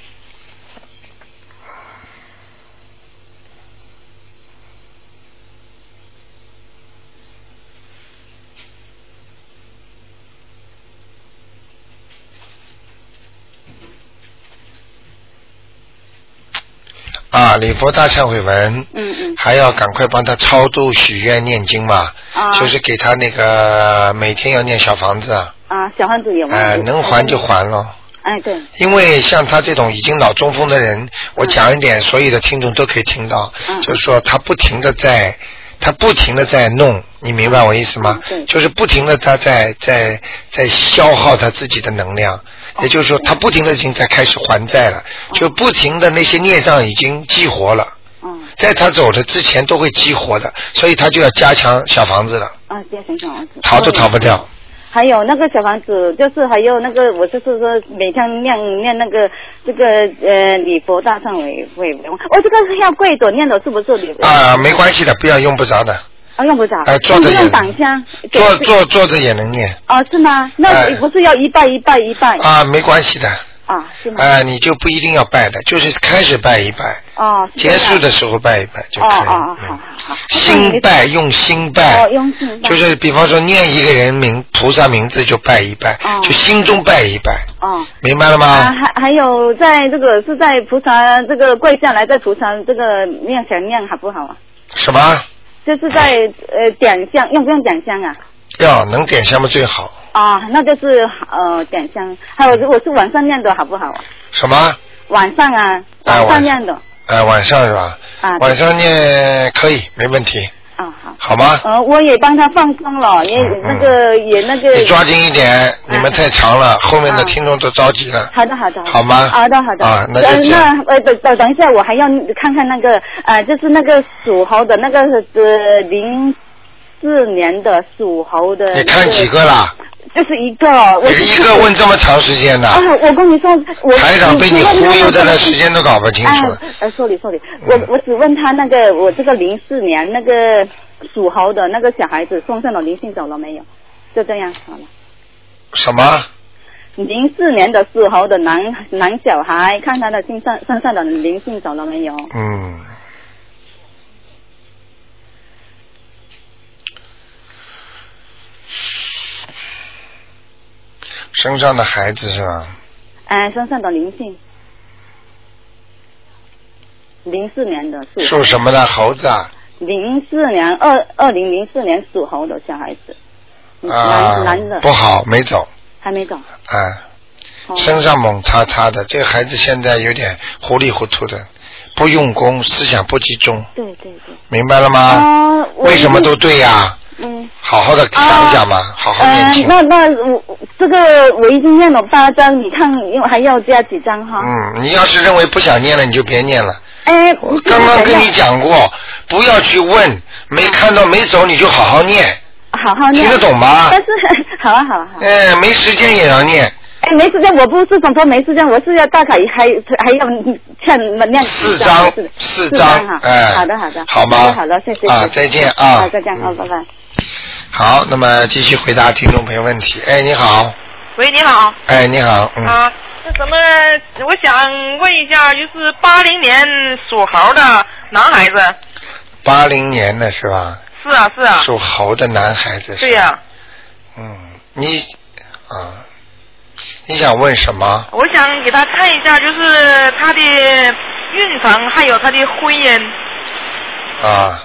Speaker 1: 啊，礼佛大忏悔文，
Speaker 6: 嗯嗯
Speaker 1: 还要赶快帮他超度许愿念经嘛，
Speaker 6: 啊
Speaker 1: 就是给他那个每天要念小房子啊，
Speaker 6: 啊，小汉子也忘
Speaker 1: 呃，
Speaker 6: 了
Speaker 1: 能还就。还咯。
Speaker 6: 哎，对，
Speaker 1: 因为像他这种已经脑中风的人，我讲一点，所有的听众都可以听到，
Speaker 6: 嗯嗯
Speaker 1: 就是说他不停的在他不停的在弄，你明白我意思吗？
Speaker 6: 嗯对
Speaker 1: 就是不停的他在在在消耗他自己的能量，
Speaker 6: 哦
Speaker 1: 也就是说他不停的已经在开始还债了，就不停的那些孽障已经激活了，
Speaker 6: 嗯
Speaker 1: 在他走了之前都会激活的，所以他就要加强小房子了，
Speaker 6: 啊，谢谢小王子。
Speaker 1: 逃都逃不掉。
Speaker 6: 哦还有那个小房子，就是还有那个，我就是说每天念念那个这个呃礼佛大忏悔悔文，我、这个是要跪着念的，是不是礼佛？
Speaker 1: 啊，没关系的，不要用不着的，
Speaker 6: 啊，用不着。
Speaker 1: 哎坐着
Speaker 6: 是
Speaker 1: 也
Speaker 6: 用挡香。给
Speaker 1: 坐。坐坐着也能念
Speaker 6: 哦，是吗？
Speaker 1: 哎
Speaker 6: 那不是要一拜一拜一拜
Speaker 1: 啊，没关系的，
Speaker 6: 啊？是吗？
Speaker 1: 啊，你就不一定要拜的，就是开始拜一拜，
Speaker 6: 哦，是这
Speaker 1: 结
Speaker 6: 样
Speaker 1: 束的时候拜一拜就
Speaker 6: 哦
Speaker 1: 可以。
Speaker 6: 哦哦，好
Speaker 1: 嗯
Speaker 6: 好好。
Speaker 1: 心拜用心拜
Speaker 6: 哦，，用心拜。
Speaker 1: 就是比方说念一个人名菩萨名字就拜一拜，
Speaker 6: 哦
Speaker 1: 就心中拜一拜，
Speaker 6: 哦。
Speaker 1: 明白了
Speaker 6: 啊，
Speaker 1: 吗？
Speaker 6: 还还有在这个是在菩萨这个跪下来，在菩萨这个面前念好不好啊？
Speaker 1: 什么？
Speaker 6: 就是在呃点香，用不用点香啊？
Speaker 1: 要能点香嘛最好。
Speaker 6: 啊，那就是呃点香。还有我是晚上念的好不好啊？
Speaker 1: 什么？
Speaker 6: 晚上啊，
Speaker 1: 哎
Speaker 6: 晚
Speaker 1: 晚
Speaker 6: 上念的
Speaker 1: 呃，晚上是吧？
Speaker 6: 啊
Speaker 1: 晚上念可以，没问题，
Speaker 6: 啊好。
Speaker 1: 好吗？
Speaker 6: 呃，我也帮他放松了，也
Speaker 1: 嗯嗯
Speaker 6: 那个也那个。
Speaker 1: 你抓紧一点，你们太长了，后面的
Speaker 6: 啊
Speaker 1: 听众都着急了。
Speaker 6: 好的，好的，
Speaker 1: 好吗
Speaker 6: 好的，好的。
Speaker 1: 啊那就
Speaker 6: 呃
Speaker 1: 这样
Speaker 6: 那呃，等等等一下，我还要看看那个呃，就是那个属猴的那个呃零四年的属猴的、
Speaker 1: 你看几？个啦？
Speaker 6: 就是一个，我
Speaker 1: 你一个问这么长时间 的
Speaker 6: 啊，，我跟你说，我
Speaker 1: 台长被你忽悠的那
Speaker 6: 那
Speaker 1: 时间都搞不清
Speaker 6: 哎
Speaker 1: 楚了。，
Speaker 6: 呃，sorry sorry，我
Speaker 1: 嗯
Speaker 6: 我只问他那个我这个零四年那个属猴的那个小孩子送上了灵性走了没有？就这样好了。
Speaker 1: 什么？
Speaker 6: 零四年的时候的男男小孩，看他的身上身上的灵性走了没有？
Speaker 1: 嗯。身上的孩子是吧？
Speaker 6: 哎，身上的灵性。零四年的属
Speaker 1: 属什么的？猴子啊？
Speaker 6: 零四年二二零零四年属猴的小孩子，
Speaker 1: 啊
Speaker 6: 男嗯男的
Speaker 1: 不好，没走
Speaker 6: 还没走。
Speaker 1: 啊，
Speaker 6: 哦
Speaker 1: 身上猛擦擦的。这个孩子现在有点糊里糊涂的，不用功，思想不集中，
Speaker 6: 对对对。
Speaker 1: 明白了吗？
Speaker 6: 啊，我
Speaker 1: 为什么都对呀、
Speaker 6: 嗯。
Speaker 1: 好好的想一想嘛，好好念
Speaker 6: 嗯，
Speaker 1: 经。
Speaker 6: 那那我这个我已经念了八张，你看因为还要加几张哈？
Speaker 1: 嗯，你要是认为不想念了，你就别念了。
Speaker 6: 哎，
Speaker 1: 我嗯刚刚跟你讲过，不要去问，没看到没走你就好好念，嗯
Speaker 6: 好好念，
Speaker 1: 听得懂吗
Speaker 6: 但？是 好啊好啊好啊，
Speaker 1: 哎，没时间也要念，
Speaker 6: 哎，没时间，我不是总说没时间，我是要大概还还要劝那
Speaker 1: 四
Speaker 6: 张
Speaker 1: 张，
Speaker 6: 是的，
Speaker 1: 四
Speaker 6: 张
Speaker 1: 张
Speaker 6: 哈，，
Speaker 1: 哎，
Speaker 6: 好的好的，
Speaker 1: 好
Speaker 6: 好
Speaker 1: 吗？
Speaker 6: 的好的，谢谢
Speaker 1: 啊
Speaker 6: 谢，谢
Speaker 1: 再见啊，
Speaker 6: 好再见啊，
Speaker 1: 嗯
Speaker 6: 拜拜。
Speaker 1: 好，那么继续回答听众朋友问题。哎，你好，
Speaker 7: 喂，你好。
Speaker 1: 哎，你好，嗯，
Speaker 7: 啊，那咱们我想问一下，就是八零年属猴的男孩子，
Speaker 1: 八零年的是吧？
Speaker 7: 是啊是啊，
Speaker 1: 属猴的男孩子是
Speaker 7: 对
Speaker 1: 吧？
Speaker 7: 呀、
Speaker 1: 嗯，你啊，你想问什么？
Speaker 7: 我想给他看一下，就是他的运程还有他的婚姻。
Speaker 1: 啊，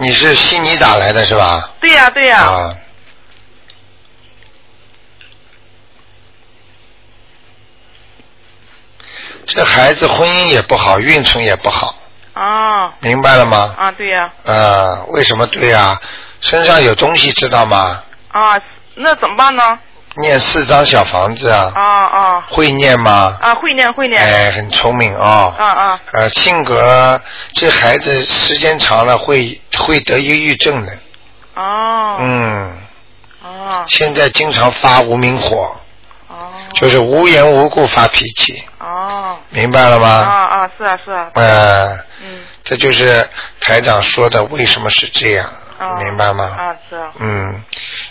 Speaker 1: 你是悉尼打来的是吧？
Speaker 7: 对呀、对呀、
Speaker 1: 啊。这孩子婚姻也不好，运程也不好，
Speaker 7: 啊
Speaker 1: 明白了吗？
Speaker 7: 啊对呀
Speaker 1: 啊，为什么对啊？身上有东西知道吗？
Speaker 7: 啊那怎么办呢？
Speaker 1: 念四张小房子啊，
Speaker 7: 啊啊
Speaker 1: 会念吗？
Speaker 7: 啊，会念会念。
Speaker 1: 哎，很聪明哦。
Speaker 7: 啊啊
Speaker 1: 呃，性格这孩子时间长了会会得抑郁症的，
Speaker 7: 哦
Speaker 1: 嗯，
Speaker 7: 哦
Speaker 1: 现在经常发无名火，
Speaker 7: 哦
Speaker 1: 就是无缘无故发脾气，
Speaker 7: 哦
Speaker 1: 明白了
Speaker 7: 啊
Speaker 1: 吗？
Speaker 7: 啊是啊是啊，
Speaker 1: 呃，
Speaker 7: 嗯
Speaker 1: 这就是台长说的为什么是这样，
Speaker 7: 啊
Speaker 1: 明白吗？
Speaker 7: 啊是啊
Speaker 1: 嗯，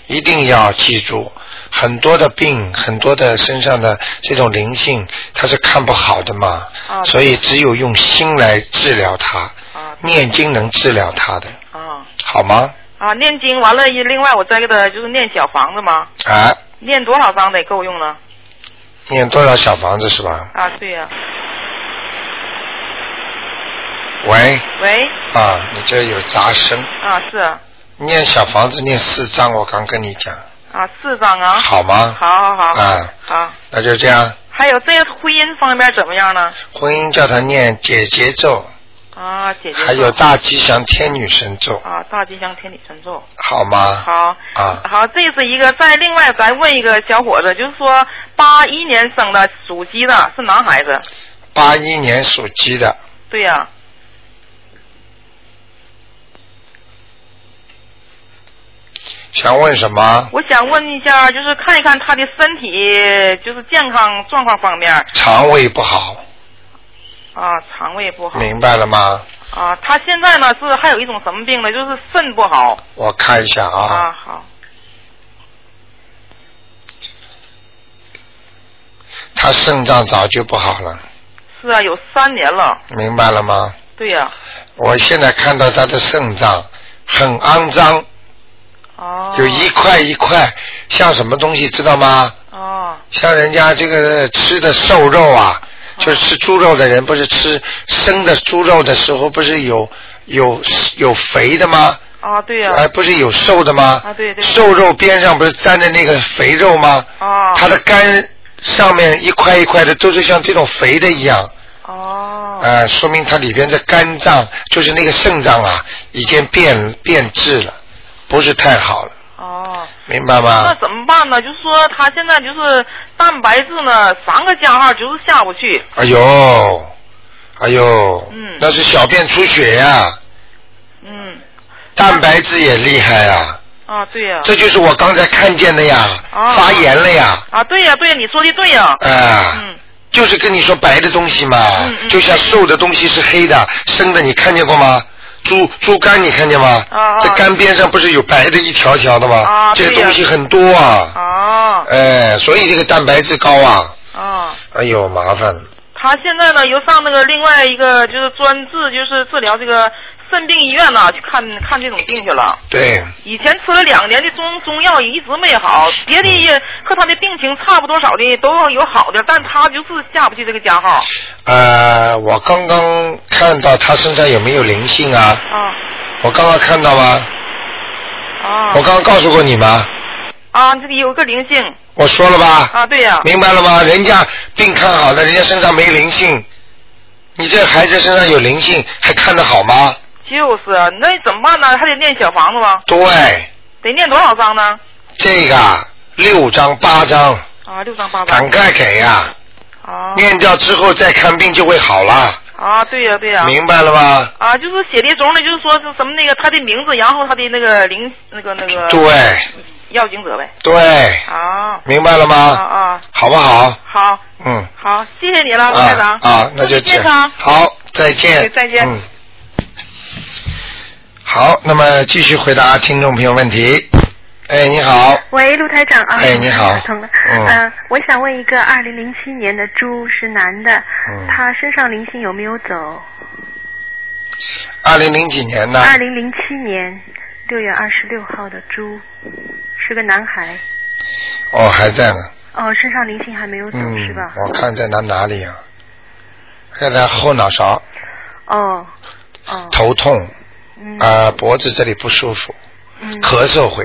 Speaker 1: 一定要记住，很多的病，很多的身上的这种灵性，它是看不好的嘛，
Speaker 7: 啊
Speaker 1: 所以只有用心来治疗它，
Speaker 7: 啊
Speaker 1: 念经能治疗它的，
Speaker 7: 啊
Speaker 1: 好吗？
Speaker 7: 啊念经完了，另外我再给他就是念小房子嘛，
Speaker 1: 啊，
Speaker 7: 念多少张得够用呢？
Speaker 1: 念多少小房子是吧？
Speaker 7: 啊对呀、
Speaker 1: 喂，
Speaker 7: 喂
Speaker 1: 啊，你这有杂声，
Speaker 7: 啊是啊
Speaker 1: 念小房子念四张，我刚跟你讲，
Speaker 7: 啊四张啊，
Speaker 1: 好吗？
Speaker 7: 好好好
Speaker 1: 啊，
Speaker 7: 好，
Speaker 1: 那就这样，
Speaker 7: 还有这个婚姻方面怎么样呢？
Speaker 1: 婚姻叫他念解结咒，
Speaker 7: 啊，姐姐。
Speaker 1: 还有大吉祥天女神咒，
Speaker 7: 啊，大吉祥天理神咒。
Speaker 1: 好吗？
Speaker 7: 好，
Speaker 1: 啊
Speaker 7: 好，这是一个。再另外，咱问一个小伙子，就是说八一年生的，属鸡的，是男孩子。
Speaker 1: 八一年属鸡的，
Speaker 7: 对呀、
Speaker 1: 想问什么？
Speaker 7: 我想问一下，就是看一看他的身体，就是健康状况方面
Speaker 1: 肠胃不好，
Speaker 7: 啊，肠胃不好
Speaker 1: 明白了吗？
Speaker 7: 啊。他现在呢是还有一种什么病呢？就是肾不好
Speaker 1: 我看一下
Speaker 7: 啊。
Speaker 1: 啊，
Speaker 7: 好，
Speaker 1: 他肾脏早就不好了，
Speaker 7: 是啊，有三年了。
Speaker 1: 明白了吗？
Speaker 7: 对呀、
Speaker 1: 我现在看到他的肾脏很肮脏，
Speaker 7: 哦。
Speaker 1: 有一块一块，像什么东西知道吗？
Speaker 7: 哦
Speaker 1: 像人家这个吃的瘦肉啊，就是吃猪肉的人，不是吃生的猪肉的时候，不是有有有肥的吗？
Speaker 7: 啊，对呀、
Speaker 1: 哎、不是有瘦的吗？
Speaker 7: 啊对对
Speaker 1: 瘦肉边上不是沾着那个肥肉吗？
Speaker 7: 啊。
Speaker 1: 它的肝上面一块一块的都是像这种肥的一样，
Speaker 7: 哦。
Speaker 1: 呃，说明它里边的肝脏就是那个肾脏啊，已经变变质了，不是太好了，
Speaker 7: 哦。
Speaker 1: 明白
Speaker 7: 那
Speaker 1: 吗？
Speaker 7: 怎么办呢？就是说他现在就是蛋白质呢，三个加号就是下不去。
Speaker 1: 哎呦，哎呦，
Speaker 7: 嗯
Speaker 1: 那是小便出血呀、
Speaker 7: 嗯，
Speaker 1: 蛋白质也厉害啊，
Speaker 7: 啊，对呀、
Speaker 1: 这就是我刚才看见的呀，
Speaker 7: 哦
Speaker 1: 发炎了呀，
Speaker 7: 啊，对呀、对呀、你说的对呀、
Speaker 1: 啊、
Speaker 7: 嗯，
Speaker 1: 就是跟你说白的东西嘛，
Speaker 7: 嗯嗯
Speaker 1: 就像瘦的东西是黑的，生的你看见过吗？猪猪肝你看见吗？
Speaker 7: 啊啊
Speaker 1: 在肝边上不是有白的一条条的吗？
Speaker 7: 啊
Speaker 1: 这
Speaker 7: 对呀
Speaker 1: 些东西很多啊，
Speaker 7: 哦
Speaker 1: 哎，所以这个蛋白质高啊，
Speaker 7: 哦，
Speaker 1: 哎呦麻烦了，
Speaker 7: 他现在呢又上那个另外一个就是专治就是治疗这个肾病医院呢去看看这种病去了。
Speaker 1: 对，
Speaker 7: 以前吃了两年的中中药一直没好，别的也和他的病情差不多少的都有好的，但他就是下不去这个加号。
Speaker 1: 呃，我刚刚看到他身上有没有灵性啊？
Speaker 7: 啊
Speaker 1: 我刚刚看到吗？
Speaker 7: 啊
Speaker 1: 我刚刚告诉过你吗？
Speaker 7: 啊！这里有一个灵性
Speaker 1: 我说了吧？
Speaker 7: 啊，对呀、
Speaker 1: 明白了吗？人家病看好了，人家身上没灵性，你这孩子身上有灵性，还看得好吗？
Speaker 7: 就是啊那怎么办呢？还得念小房子吗？
Speaker 1: 对，
Speaker 7: 得念多少张呢？
Speaker 1: 这个啊六张八张，
Speaker 7: 啊，六张八
Speaker 1: 赶
Speaker 7: 张。
Speaker 1: 快给啊！
Speaker 7: 啊
Speaker 1: 念掉之后再看病就会好了，
Speaker 7: 啊，对呀、对呀、
Speaker 1: 明白了吗？
Speaker 7: 啊，就是写的中呢，就是说是什么那个他的名字，然后他的那个灵那个那个
Speaker 1: 对
Speaker 7: 要经者呗。
Speaker 1: 对，
Speaker 7: 啊
Speaker 1: 明白了
Speaker 7: 啊
Speaker 1: 吗？
Speaker 7: 啊，
Speaker 1: 好不好？
Speaker 7: 好
Speaker 1: 嗯。
Speaker 7: 好，谢谢你了，卢台长。
Speaker 1: 啊啊，那就
Speaker 7: 祝你健
Speaker 1: 见
Speaker 7: 康。
Speaker 1: 好，再见
Speaker 7: 对。再见
Speaker 1: 嗯。好，那么继续回答听众朋友问题。哎，你好，
Speaker 8: 喂，陆台长啊，
Speaker 1: 哎你好
Speaker 8: 打通了。
Speaker 1: 嗯
Speaker 8: 呃我想问一个，二零零七年的猪是男的，
Speaker 1: 嗯
Speaker 8: 他身上灵性有没有走？
Speaker 1: 二零零几年呢？
Speaker 8: 二零零七年六月二十六号的猪，是个男孩。
Speaker 1: 哦，还在呢。
Speaker 8: 哦，身上灵性还没有走、
Speaker 1: 嗯
Speaker 8: 是吧，？
Speaker 1: 我看在他哪里啊？在他后脑勺，
Speaker 8: 哦，哦，
Speaker 1: 头痛
Speaker 8: 嗯，
Speaker 1: 啊、脖子这里不舒服，
Speaker 8: 嗯，
Speaker 1: 咳嗽会，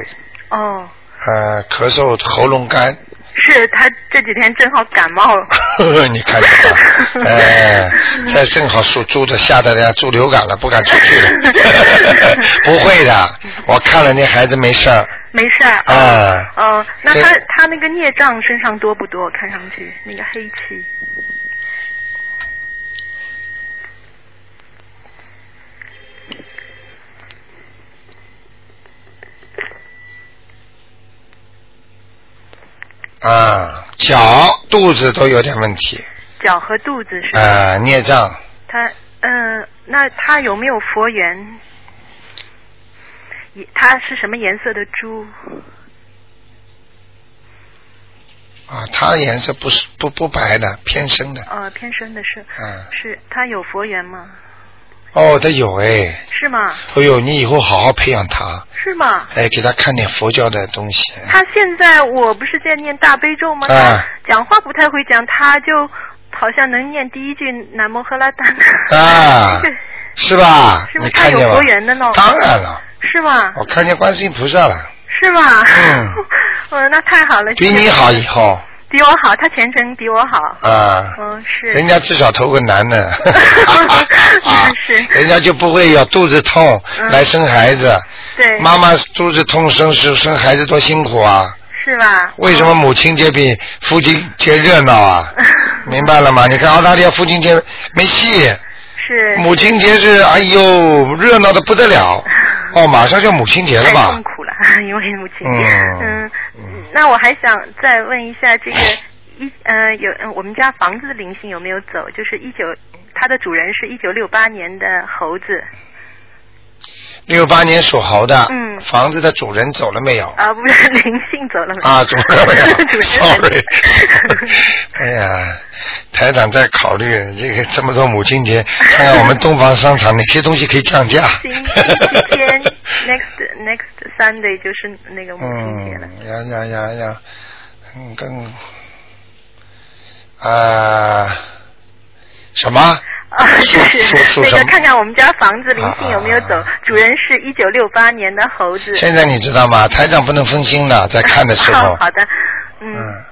Speaker 8: 哦，
Speaker 1: 呃，咳嗽喉咙干，
Speaker 8: 是他这几天正好感冒了。
Speaker 1: 你看见 吧？哎，这正好属猪的，吓得人家猪流感了，不敢出去了。 不会的，我看了那孩子没事儿。
Speaker 8: 没事儿。
Speaker 1: 啊
Speaker 8: 哦，那他
Speaker 1: 这
Speaker 8: 他那个孽障身上多不多？看上去那个黑气。
Speaker 1: 啊，脚、肚子都有点问题，
Speaker 8: 脚和肚子是吧？
Speaker 1: 啊，孽障，
Speaker 8: 他嗯，那他有没有佛缘？也他是什么颜色的猪？
Speaker 1: 啊，它颜色不是不不白的，偏深的，
Speaker 8: 呃，偏深的是
Speaker 1: 啊，
Speaker 8: 是，他有佛缘吗？
Speaker 1: 哦，它有哎，
Speaker 8: 是吗？
Speaker 1: 哎呦，你以后好好培养它，
Speaker 8: 是吗？
Speaker 1: 哎，给它看点佛教的东西，
Speaker 8: 他现在我不是在念大悲咒吗？
Speaker 1: 啊
Speaker 8: 他讲话不太会讲，他就好像能念第一句南无喝拉达。
Speaker 1: 啊
Speaker 8: 对
Speaker 1: 是吧？
Speaker 8: 是不
Speaker 1: 你
Speaker 8: 是它
Speaker 1: 看
Speaker 8: 有
Speaker 1: 见吗
Speaker 8: 佛缘的呢？啊
Speaker 1: 当然了，
Speaker 8: 是吗？
Speaker 1: 我看见观世音菩萨了。
Speaker 8: 是吗？
Speaker 1: 嗯
Speaker 8: 哦，那太好了。
Speaker 1: 比
Speaker 8: 谢谢
Speaker 1: 你好以后，
Speaker 8: 比我好，他前程比我好。
Speaker 1: 啊，
Speaker 8: 嗯，是。
Speaker 1: 人家至少投个男 的，啊
Speaker 8: 是是，
Speaker 1: 人家就不会有肚子痛
Speaker 8: 嗯
Speaker 1: 来生孩子。
Speaker 8: 对。
Speaker 1: 妈妈肚子痛生生生孩子多辛苦啊！
Speaker 8: 是吧？
Speaker 1: 为什么母亲节比父亲节热闹啊？明白了吗？你看澳大利亚父亲节没戏，
Speaker 8: 是。
Speaker 1: 母亲节是哎呦热闹的不得 了。哦，马上就母亲节了
Speaker 8: 太
Speaker 1: 吧
Speaker 8: 痛？苦了， 因为母亲。
Speaker 1: 嗯
Speaker 8: 嗯，那我还想再问一下，这 个一呃有呃我们家房子的灵性有没有走？就是一九，它的主人是一九六八年的猴子
Speaker 1: 六八年属猴的，
Speaker 8: 嗯
Speaker 1: 房子的主人走了没有？
Speaker 8: 啊，不是 灵性走了没有？
Speaker 1: 啊，主人没有
Speaker 8: 嗯 主人
Speaker 1: ，sorry。哎呀，台长在考虑这个这么多母亲节，看看我们东方商场哪些东西可以降 价。
Speaker 8: 星期 天 next next Sunday 就是那个母亲节了。
Speaker 1: 嗯，呀呀呀呀，嗯，跟啊什么？
Speaker 8: 啊，
Speaker 1: 属属
Speaker 8: 就是
Speaker 1: 属
Speaker 8: 那
Speaker 1: 什
Speaker 8: 个
Speaker 1: 么？
Speaker 8: 看看我们家房子灵性有没有走
Speaker 1: 啊啊啊，
Speaker 8: 主人是一九六八年的猴子。
Speaker 1: 现在你知道吗？台长不能分心了，在看的时候
Speaker 8: 好。好的，嗯
Speaker 1: 嗯。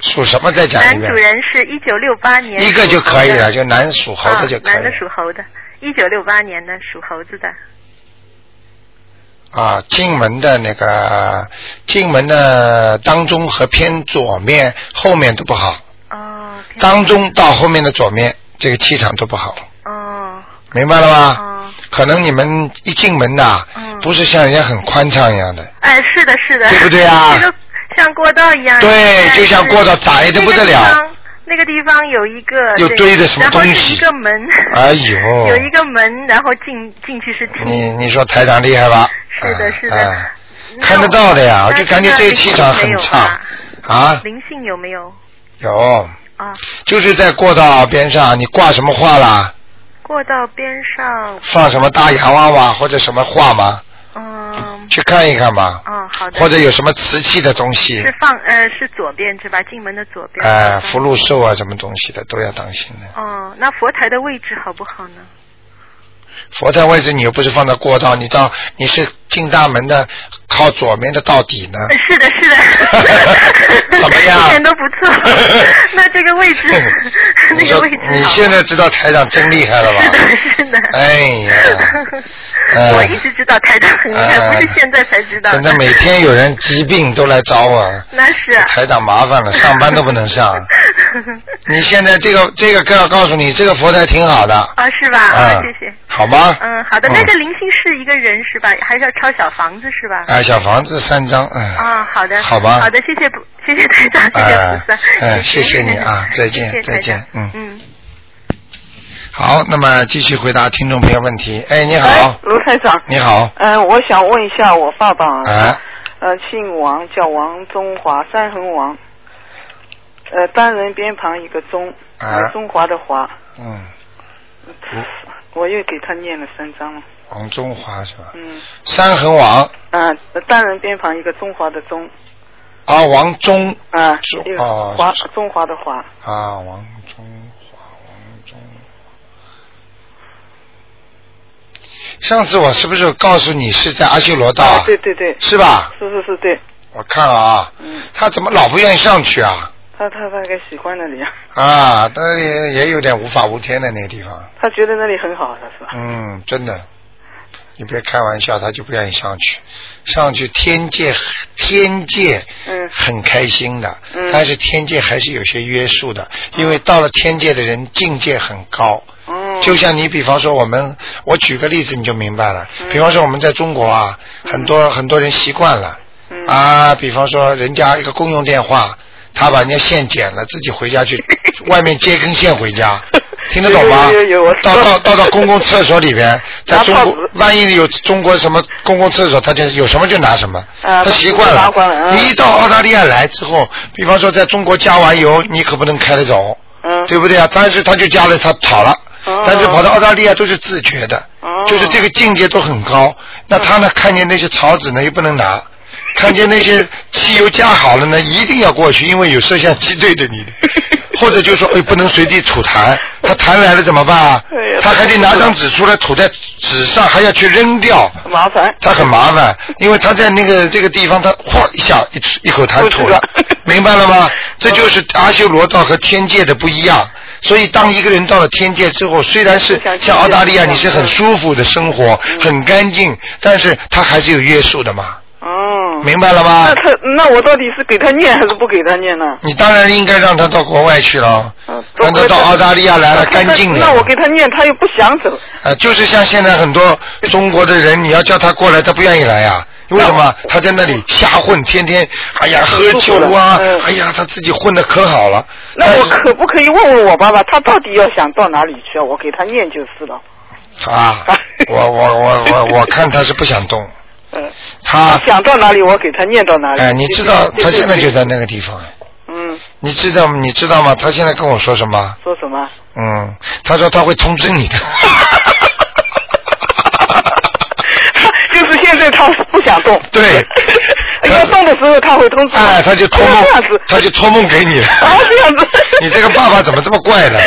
Speaker 1: 属什么？再讲一
Speaker 8: 男
Speaker 1: 遍
Speaker 8: 主。人是一九六八年属猴的。
Speaker 1: 一个就可以了，就男属猴的就可
Speaker 8: 啊。男
Speaker 1: 以
Speaker 8: 的属猴的，一九六八年的属猴子的。
Speaker 1: 啊，进门的那个进门的当中和偏左面后面都不好，
Speaker 8: 哦。偏
Speaker 1: 当中到后面的左面这个气场都不好，
Speaker 8: 哦
Speaker 1: 明白了吗？
Speaker 8: 哦，
Speaker 1: 可能你们一进门呐、
Speaker 8: 嗯
Speaker 1: 不是像人家很宽敞一样的，
Speaker 8: 哎，是的，是的。
Speaker 1: 对不对啊
Speaker 8: 这个像过道一样。
Speaker 1: 对
Speaker 8: 哎
Speaker 1: 就像过道窄得不得了。
Speaker 8: 是那个地方那个地方有一个
Speaker 1: 又
Speaker 8: 对
Speaker 1: 堆着什么东西
Speaker 8: 然后是一个门，
Speaker 1: 哎呦嗯
Speaker 8: 有一个门，然后进进去是
Speaker 1: 你
Speaker 8: 厅，
Speaker 1: 你说台长厉害吧？
Speaker 8: 是的
Speaker 1: 嗯
Speaker 8: 是的
Speaker 1: 嗯
Speaker 8: 那
Speaker 1: 看得到的呀，我
Speaker 8: 那
Speaker 1: 就感觉
Speaker 8: 啊那
Speaker 1: 这个
Speaker 8: 灵
Speaker 1: 气
Speaker 8: 性
Speaker 1: 场
Speaker 8: 没
Speaker 1: 很
Speaker 8: 有
Speaker 1: 差
Speaker 8: 吧
Speaker 1: 啊，
Speaker 8: 灵性有没有
Speaker 1: 有
Speaker 8: 啊？
Speaker 1: 就是在过道边上，你挂什么画啦？
Speaker 8: 过道边上，
Speaker 1: 放什么大洋娃娃或者什么画吗？
Speaker 8: 嗯，
Speaker 1: 去看一看吧。
Speaker 8: 哦，好的。
Speaker 1: 或者有什么瓷器的东西，
Speaker 8: 是放呃是左边是吧？进门的左边。
Speaker 1: 哎、福禄寿啊，什么东西的都要当心的。
Speaker 8: 哦，那佛台的位置好不好呢？
Speaker 1: 啊佛台位置你又不是放在过道，你到你是进大门的靠左面的到底 呢？。
Speaker 8: 呃是的，是的
Speaker 1: 怎么样，
Speaker 8: 一点都不错。那这个位置 那
Speaker 1: 你
Speaker 8: 个
Speaker 1: 说
Speaker 8: 位置好
Speaker 1: 你现在知道台长真厉害了吧？
Speaker 8: 是的，是的。
Speaker 1: 哎 呀哎
Speaker 8: 我一直知道台长很厉害，
Speaker 1: 哎
Speaker 8: 不是现在才知道。
Speaker 1: 现在每天有人疾病都来找我，
Speaker 8: 那是啊。
Speaker 1: 台长麻烦了，上班都不能 上。你现在这个这个告告诉你，这个佛台挺好的。
Speaker 8: 啊，是吧？
Speaker 1: 啊
Speaker 8: 啊，，谢谢。
Speaker 1: 好吗？
Speaker 8: 嗯，好的。那个灵性是一个人是吧？还是要抄小房子是吧？
Speaker 1: 哎，小房子三张，嗯。
Speaker 8: 啊，好的，
Speaker 1: 好吧
Speaker 8: 好的，谢谢不，谢谢台长，谢谢菩萨
Speaker 1: 哎，哎谢谢你啊再见
Speaker 8: 谢谢台
Speaker 1: 再
Speaker 8: 长
Speaker 1: 见嗯
Speaker 8: 嗯，
Speaker 1: 好，那么继续回答听众朋友问题。哎，你好，
Speaker 9: 卢台长，
Speaker 1: 你
Speaker 8: 哦
Speaker 1: 好，
Speaker 9: 嗯、我想问一下我爸爸，
Speaker 1: 啊，
Speaker 9: 呃，姓王，叫王中华，三横王，呃，单人边旁一个中，
Speaker 1: 啊
Speaker 9: 呃中华的华，
Speaker 1: 嗯，
Speaker 9: 我又给他念了三张了，
Speaker 1: 王中华是吧？
Speaker 9: 嗯，
Speaker 1: 三横王
Speaker 9: 啊、呃，单人边旁一个中华的中，
Speaker 1: 啊，王中
Speaker 9: 啊、
Speaker 1: 中
Speaker 9: 一个
Speaker 1: 哦
Speaker 9: 华
Speaker 1: 是
Speaker 9: 中华的华，
Speaker 1: 啊，王中华，王中华。上次我是不是告诉你是在阿修罗道？
Speaker 9: 啊，对，对对，
Speaker 1: 是吧？
Speaker 9: 是是是，对，
Speaker 1: 我看啊，
Speaker 9: 嗯，
Speaker 1: 他怎么老不愿意上去啊？
Speaker 9: 他他他给喜欢那里啊，
Speaker 1: 啊，他也也有点无法无天的那个地方。
Speaker 9: 他觉得那里很好，他是吧？
Speaker 1: 嗯，真的，你别开玩笑，他就不愿意上去。上去天界，天界
Speaker 9: 嗯
Speaker 1: 很开心的，
Speaker 9: 嗯
Speaker 1: 但是天界还是有些约束的，因为到了天界的人境界很高。
Speaker 9: 哦，
Speaker 1: 嗯就像你比方说我们，我举个例子你就明白了。
Speaker 9: 嗯
Speaker 1: 比方说我们在中国啊，很多很多人习惯了
Speaker 9: 嗯，
Speaker 1: 啊，比方说人家一个公用电话，他把人家线剪了，自己回家 去外面接根线回家，听得懂吗
Speaker 9: 有有有有我？
Speaker 1: 到到到到公共厕所里 边，在中
Speaker 9: 拿报
Speaker 1: 国
Speaker 9: 纸
Speaker 1: 万一有中国什么公共厕所，他就有什么就拿什么，
Speaker 9: 啊
Speaker 1: 他习惯了
Speaker 9: 拿惯了。嗯
Speaker 1: 你一到澳大利亚来之后，比方说在中国加完油，你可不能开得走。
Speaker 9: 嗯，
Speaker 1: 对不对啊？但是他就加了，他跑了
Speaker 9: 哦，
Speaker 1: 但是跑到澳大利亚都是自觉的，
Speaker 9: 哦
Speaker 1: 就是这个境界都很高。那他呢，看见那些草纸呢，又不能拿。 看见那些汽油加好了呢，一定要过去，因为有摄像机对着你的。或者就说哎不能随地吐痰，他痰来了怎么办啊
Speaker 9: 哎呀？
Speaker 1: 他还得拿张纸出来吐在纸上，还要去扔掉，
Speaker 9: 哦麻烦。
Speaker 1: 他很麻烦，因为他在那个这个地方，他哗一下一吐一口痰吐了，明白了吗？这就是阿修罗道和天界的不一样。所以，当一个人到了天界之后，虽然是像澳大利亚，你是很舒服的生活，很干净，但是他还是有约束的嘛。
Speaker 9: 哦，
Speaker 3: 嗯
Speaker 1: 明白了吗
Speaker 9: 那他那我到底是给他念还是不给他念呢？呃
Speaker 1: 你当然应该让他到国外去了，让他嗯到澳大利亚来了，干净
Speaker 9: 那
Speaker 1: 了。
Speaker 9: 我给他念，他又不想走。
Speaker 1: 呃，就是像现在很多中国的人，你要叫他过来，他不愿意来呀、为什么？他在那里瞎混，天天哎呀喝酒啊，哎呀他自己混的可好了。
Speaker 9: 嗯那我可不可以问问我爸爸，他到底要想到哪里去啊？我给他念就是了。
Speaker 1: 啊，我我我我我看他是不想动。
Speaker 9: 嗯。
Speaker 1: 他
Speaker 9: 想到哪里，我给他念到哪里。
Speaker 1: 啊哎，你知道他现在就在那个地方。
Speaker 9: 嗯。
Speaker 1: 你知道你知道吗？他现在跟我说什么？
Speaker 9: 说 什么？
Speaker 1: 嗯，他说他会通知 你的。
Speaker 9: 就是现在他不想动。
Speaker 1: 对。
Speaker 9: 要动的时候他会通知。
Speaker 1: 哎，他就托
Speaker 9: 哎
Speaker 1: 梦
Speaker 9: 这样子，
Speaker 1: 他就托梦给 你了。
Speaker 9: 啊，这样子，
Speaker 1: 你这个爸爸怎么这么怪呢？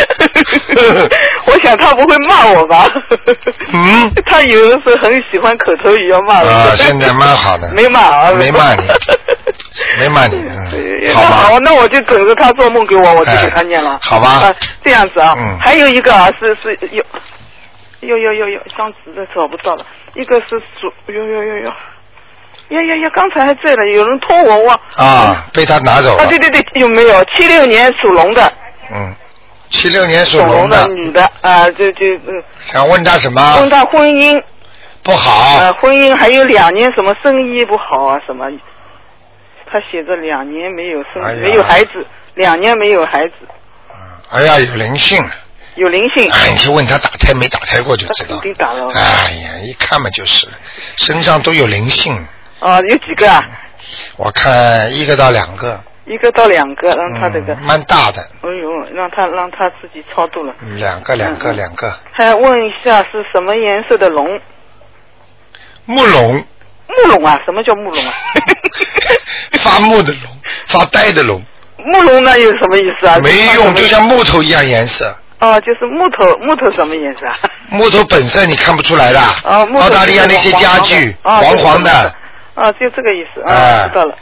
Speaker 9: 我想他不会骂我吧？
Speaker 1: 嗯。
Speaker 9: 他有的时候很喜欢口头语要骂我。
Speaker 1: 啊，现在蛮好的，
Speaker 9: 没骂啊。
Speaker 1: 没骂 你，没骂你，嗯
Speaker 9: 那好，那我就等着他做梦给我，我就给他念了。
Speaker 1: 哎好吧
Speaker 9: 啊，这样子啊。
Speaker 1: 嗯
Speaker 9: 还有一个啊，是是有，有有有有，箱子的找不到了。一个是属，有有有有，呀呀呀，刚才还在了，有人托我忘。
Speaker 1: 啊，被他拿走
Speaker 9: 啊，
Speaker 1: 了。
Speaker 9: 对对对，有没有？七六年属龙的，
Speaker 1: 嗯，七六年属
Speaker 9: 属龙
Speaker 1: 龙
Speaker 9: 的
Speaker 1: 的，
Speaker 9: 女的啊，就就嗯，
Speaker 1: 想问他什
Speaker 9: 问
Speaker 1: 么？
Speaker 9: 她婚姻
Speaker 1: 不好
Speaker 9: 啊，，婚姻还有两年什么生意不好啊，什么？他写着两年没有生，
Speaker 1: 哎呀
Speaker 9: 没有孩子，两年没有孩子，
Speaker 1: 哎呀，有灵性。
Speaker 9: 有灵性。
Speaker 1: 哎，你去问他打胎没打胎过就知道
Speaker 9: 肯。定打了。
Speaker 1: 哎呀，一看嘛就是，身上都有灵性，
Speaker 9: 啊，有几个
Speaker 1: 嗯
Speaker 9: 啊？
Speaker 1: 我看一个到两个，嗯
Speaker 9: 一个到两个，让嗯他这个，
Speaker 1: 蛮大的，嗯
Speaker 9: 哎呦，让他让他自己超度了。
Speaker 1: 两个两
Speaker 9: 嗯
Speaker 1: 个两个，
Speaker 9: 还问一下是什么颜色的龙？
Speaker 1: 木龙，
Speaker 9: 木龙啊？什么叫木龙啊？
Speaker 1: 发木的龙，发呆的龙，
Speaker 9: 木龙那有什么意思啊？
Speaker 1: 没
Speaker 9: 什
Speaker 1: 用，
Speaker 9: 么
Speaker 1: 就像木头一样颜色。
Speaker 9: 哦，就是木头，木头什么颜色啊？
Speaker 1: 木头本身你看不出来的，
Speaker 9: 哦木头
Speaker 1: 澳大利亚那些家具
Speaker 9: 黄黄
Speaker 1: 黄
Speaker 9: 的
Speaker 1: 黄
Speaker 9: 哦
Speaker 1: 的，
Speaker 9: 啊，就这个意思啊，
Speaker 1: 哎
Speaker 9: 知道了。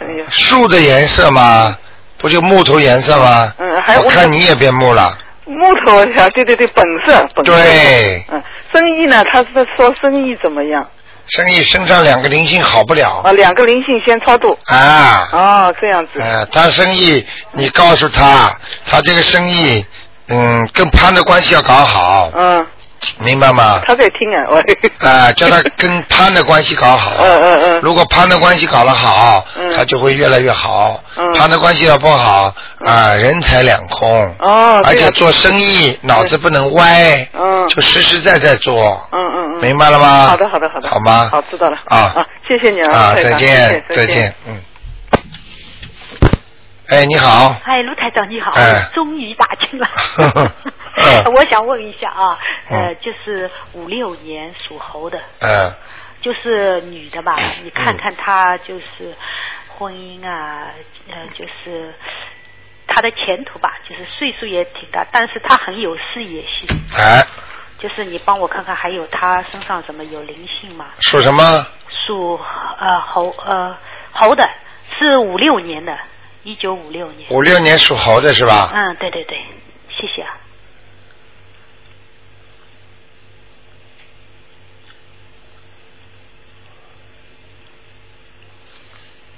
Speaker 9: 哎呀，
Speaker 1: 树的颜色嘛，不就木头颜色吗？
Speaker 9: 嗯还有
Speaker 1: 我看你也变木了，
Speaker 9: 木头啊， 对对对，本色，本色。
Speaker 1: 对，
Speaker 9: 嗯，生意呢？他是说生意怎么样？
Speaker 1: 生意身上两个灵性好不了
Speaker 9: 啊，两个灵性先超度。
Speaker 1: 啊，
Speaker 9: 啊，这样子。
Speaker 1: 呃，他生意你告诉他，他这个生意，嗯，跟潘的关系要搞好，
Speaker 9: 嗯，
Speaker 1: 明白吗？
Speaker 9: 他在听啊，我。
Speaker 1: 啊，叫他跟潘的关系搞好。嗯
Speaker 9: 嗯嗯。
Speaker 1: 如果潘的关系搞得好，
Speaker 9: 嗯
Speaker 1: 他就会越来越好。
Speaker 9: 嗯
Speaker 1: 潘的关系要不好，啊，人财两空。
Speaker 9: 哦，
Speaker 1: 而
Speaker 9: 这
Speaker 1: 且
Speaker 9: 样子
Speaker 1: 做生意脑子不能歪，
Speaker 9: 嗯
Speaker 1: 就实实在在做。
Speaker 9: 嗯嗯嗯，
Speaker 1: 明白了吗
Speaker 9: 好的好的好的，
Speaker 1: 好吗
Speaker 9: 好，知道了。
Speaker 1: 啊
Speaker 9: 啊，谢谢你
Speaker 1: 啊，
Speaker 9: 台
Speaker 1: 再
Speaker 9: 长
Speaker 1: 见，
Speaker 9: 谢谢
Speaker 1: 再
Speaker 9: 再
Speaker 1: 见，嗯。哎，你好，
Speaker 10: 哎，卢台长你好，
Speaker 1: 哎
Speaker 10: 终于打进来
Speaker 1: 嗯。
Speaker 10: 我想问一下啊，呃，
Speaker 1: 嗯
Speaker 10: 就是五六年属猴的，
Speaker 1: 嗯，
Speaker 10: 就是女的吧？你看看她就是婚姻啊，呃，就是她的前途吧，就是岁数也挺大，但是她很有事业心。
Speaker 1: 哎，
Speaker 10: 就是你帮我看看，还有她身上什么有灵性吗？
Speaker 1: 属什么？
Speaker 10: 属呃猴呃猴的，是五六年的，一九五六年。
Speaker 1: 五六年属猴的是吧？
Speaker 10: 嗯，对对对，谢谢啊。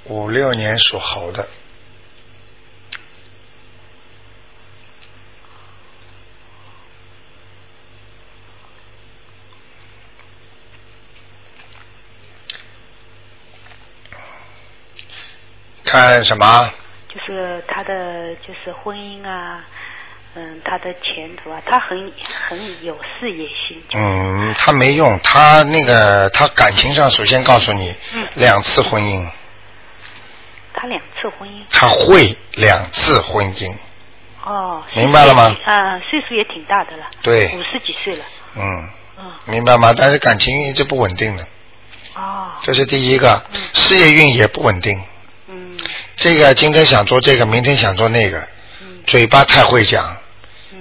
Speaker 1: 五六年属猴的。看什么？
Speaker 10: 就是他的就是婚姻啊，嗯，他的前途啊，他很很有事业心。
Speaker 1: 嗯，他没用，他那个他感情上首先告诉你，
Speaker 10: 嗯
Speaker 1: 两次婚姻，
Speaker 10: 他两次婚姻
Speaker 1: 他会两次婚姻，
Speaker 10: 哦，
Speaker 1: 明白了吗
Speaker 10: 啊、岁数也挺大的了，
Speaker 1: 对
Speaker 10: 五十几岁了，
Speaker 1: 嗯，
Speaker 10: 嗯，
Speaker 1: 明白吗？但是感情一直不稳定的，
Speaker 10: 哦，
Speaker 1: 这是第一个，事业运也不稳定。
Speaker 10: 嗯嗯
Speaker 1: 这个今天想做这个，明天想做那个，嘴巴太会讲，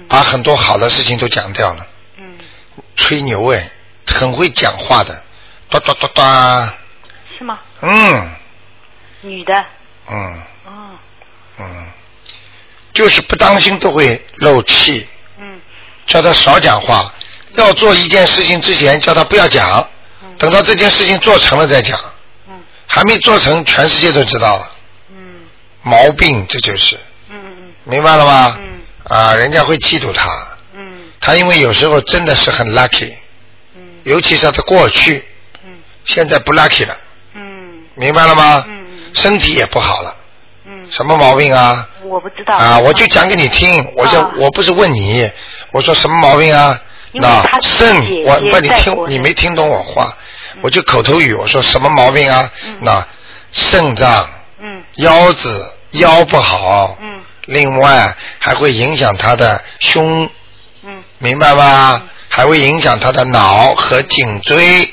Speaker 1: 把很多好的事情都讲掉了。嗯。吹牛哎，很会讲话的，哒哒哒哒，
Speaker 10: 是吗？
Speaker 1: 嗯
Speaker 10: 女的，
Speaker 1: 嗯
Speaker 10: 哦，
Speaker 1: 嗯，就是不当心都会漏气。
Speaker 10: 嗯。
Speaker 1: 叫他少讲话，要做一件事情之前叫他不要讲，等到这件事情做成了再讲。
Speaker 10: 嗯。
Speaker 1: 还没做成，全世界都知道了。嗯。毛病，这就是。
Speaker 10: 嗯
Speaker 1: 明白了吗？
Speaker 10: 嗯。
Speaker 1: 啊，人家会嫉妒他。
Speaker 10: 嗯。
Speaker 1: 他因为有时候真的是很 lucky。嗯。尤其是他的过去。嗯。现在不 lucky 了。嗯。明白了吗？嗯。身体也不好了。嗯。什么毛病啊？
Speaker 10: 我不知道
Speaker 1: 啊，我就讲给你听，我就、
Speaker 10: 啊
Speaker 1: 我不是问你，我说什么毛病啊？
Speaker 10: 因为
Speaker 1: 那
Speaker 10: 他自己
Speaker 1: 肾，
Speaker 10: 也
Speaker 1: 我
Speaker 10: 也
Speaker 1: 不你
Speaker 10: 在
Speaker 1: 听
Speaker 10: 国，内嗯
Speaker 1: 你没听懂我话，我就口头语，我说什么毛病啊？那肾脏、
Speaker 10: 嗯
Speaker 1: 腰子、腰不好，
Speaker 10: 嗯，
Speaker 1: 另外还会影响他的胸，
Speaker 10: 嗯，
Speaker 1: 明白吧？还会影响他的脑和颈椎，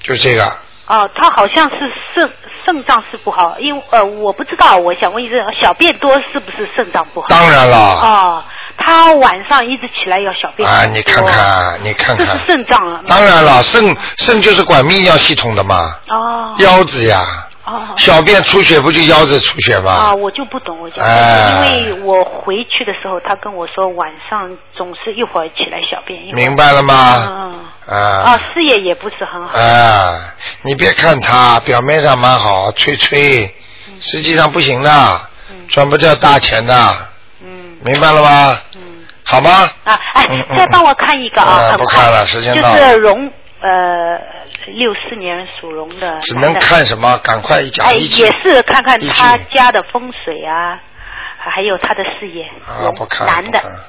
Speaker 1: 就这个，
Speaker 10: 哦，他好像是肾肾脏是不好，因为呃我不知道，我想问一下，小便多是不是肾脏不好？
Speaker 1: 当然了
Speaker 10: 哦，他晚上一直起来要小便
Speaker 1: 啊，你看看，你看
Speaker 10: 这是
Speaker 1: 看，
Speaker 10: 肾脏啊。
Speaker 1: 当然了，肾肾就是管泌尿系统的嘛，
Speaker 10: 哦
Speaker 1: 腰子呀，
Speaker 10: 哦
Speaker 1: 小便出血不就腰子出血吗？
Speaker 10: 啊，我就不懂，我就不懂
Speaker 1: 哎
Speaker 10: 因为我回去的时候，他跟我说晚上总是一会儿起来小便，一会儿
Speaker 1: 明白了吗
Speaker 10: 嗯嗯，嗯
Speaker 1: 啊
Speaker 10: 啊，事业也不是很好，
Speaker 1: 啊，你别看他表面上蛮好，吹吹，
Speaker 10: 嗯
Speaker 1: 实际上不行的，赚不掉大钱的，嗯，明白了吗？嗯，好吗？
Speaker 10: 啊，哎
Speaker 1: 嗯，嗯
Speaker 10: 再帮我看一个啊，
Speaker 1: 嗯
Speaker 10: 很
Speaker 1: 不
Speaker 10: 快
Speaker 1: 看了时间到
Speaker 10: 就
Speaker 1: 了
Speaker 10: 是龙，呃，六四年属龙的，
Speaker 1: 只能看什么？赶快一讲
Speaker 10: 哎，
Speaker 1: 一句。
Speaker 10: 也是看看
Speaker 1: 一句
Speaker 10: 他家的风水啊，还有他的事业，
Speaker 1: 啊，不看了
Speaker 10: 男
Speaker 1: 不
Speaker 10: 的
Speaker 1: 看了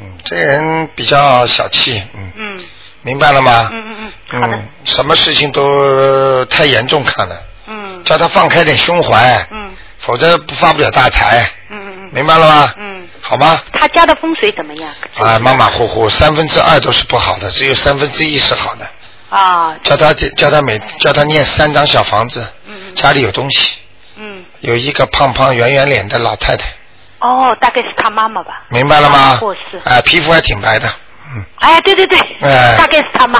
Speaker 1: 嗯，这人比较小气，嗯，
Speaker 10: 嗯，
Speaker 1: 明白了吗？
Speaker 10: 嗯嗯
Speaker 1: 嗯，什么事情都太严重看了，
Speaker 10: 嗯
Speaker 1: 叫他放开点胸怀，
Speaker 10: 嗯
Speaker 1: 否则不发不了大财，
Speaker 10: 嗯嗯嗯，
Speaker 1: 明白了吗？
Speaker 10: 嗯，
Speaker 1: 好吗？
Speaker 10: 他家的风水怎么样？
Speaker 1: 啊，马马虎虎，三分之二都是不好的，只有三分之一是好的。
Speaker 10: 啊，
Speaker 1: 叫他叫他每叫他念三张小房子，家里有东西，
Speaker 10: 嗯，
Speaker 1: 有一个胖胖圆圆脸的老太太，
Speaker 10: 哦，大概是他妈妈吧，
Speaker 1: 明白了
Speaker 10: 啊
Speaker 1: 吗？
Speaker 10: 或是，
Speaker 1: 啊，皮肤还挺白的，
Speaker 10: 哎，对对对，
Speaker 1: 哎
Speaker 10: 大概是 他妈。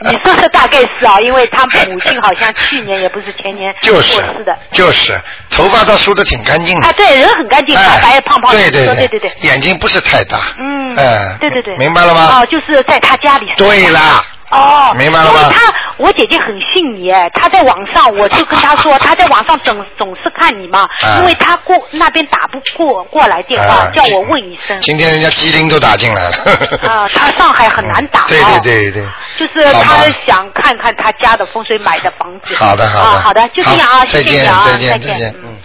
Speaker 10: 你说的大概是啊，因为他母亲好像去年也不是前年
Speaker 1: 就
Speaker 10: 过
Speaker 1: 是
Speaker 10: 世的。
Speaker 1: 就是头发倒梳的挺干净的。
Speaker 10: 啊，对，人很干净，白白胖胖的，
Speaker 1: 哎对
Speaker 10: 你说对
Speaker 1: 对
Speaker 10: 对，
Speaker 1: 眼睛不是太大。
Speaker 10: 嗯，
Speaker 1: 哎
Speaker 10: 对对对，
Speaker 1: 明白了吗
Speaker 10: 哦，就是在他家里。
Speaker 1: 对啦。
Speaker 10: 哦，
Speaker 1: 明白了吗
Speaker 10: 因为他，我姐姐很信你哎，她在网上，我就跟她 说，她在网上总总是看你嘛，
Speaker 1: 哎
Speaker 10: 因为她过那边打不过过来电话，
Speaker 1: 哎
Speaker 10: 叫我问一声。
Speaker 1: 今天人家机灵都打进来了。
Speaker 10: 啊，她上海很难打哦。
Speaker 1: 对对对对，
Speaker 10: 就是
Speaker 1: 好吧
Speaker 10: 他想看看他家的风水买的房 子。
Speaker 1: 好的好的
Speaker 10: 啊，好的，就这样啊，
Speaker 1: 好再
Speaker 10: 谢谢你
Speaker 1: 见
Speaker 10: 啊，
Speaker 1: 再见再见，嗯。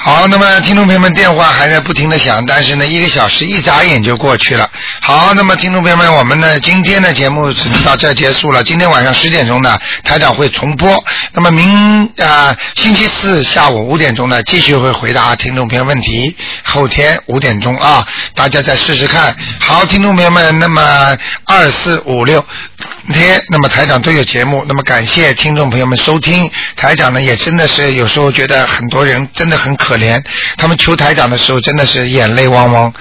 Speaker 1: 好，那么听众朋友们，电话还在不停的响，但是呢，一个小时一眨眼就过去了。好，那么听众朋友们，我们呢今天的节目只能到这儿结束了。今天晚上十点钟呢，台长会重播。那么明啊、星期四下午五点钟呢，继续会回答听众朋友问题。后天五点钟啊，大家再试试看。好，听众朋友们，那么二四五六天，那么台长都有节目，那么感谢听众朋友们收听。台长呢也真的是有时候觉得很多人真的很可怜，他们求台长的时候真的是眼泪汪汪。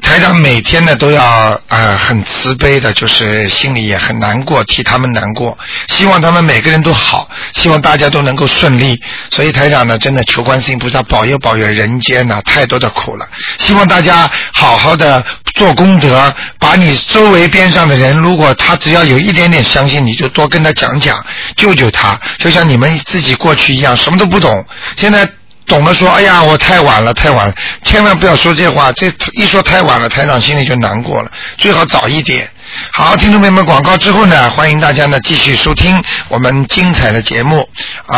Speaker 1: 台长每天呢都要呃很慈悲的，就是心里也很难过，替他们难过，希望他们每个人都好，希望大家都能够顺利。所以台长呢，真的求观世音菩萨保佑保佑人间呐、太多的苦了。希望大家好好的做功德，把你周围边上的人，如果他只要有一点点相信，你就多跟他讲讲，救救他。就像你们自己过去一样，什么都不懂，现在。懂得说，哎呀，我太晚了，太晚了，千万不要说这话，这一说太晚了，台长心里就难过了，最好早一点。好，听众朋友们，广告之后呢，欢迎大家呢继续收听我们精彩的节目啊。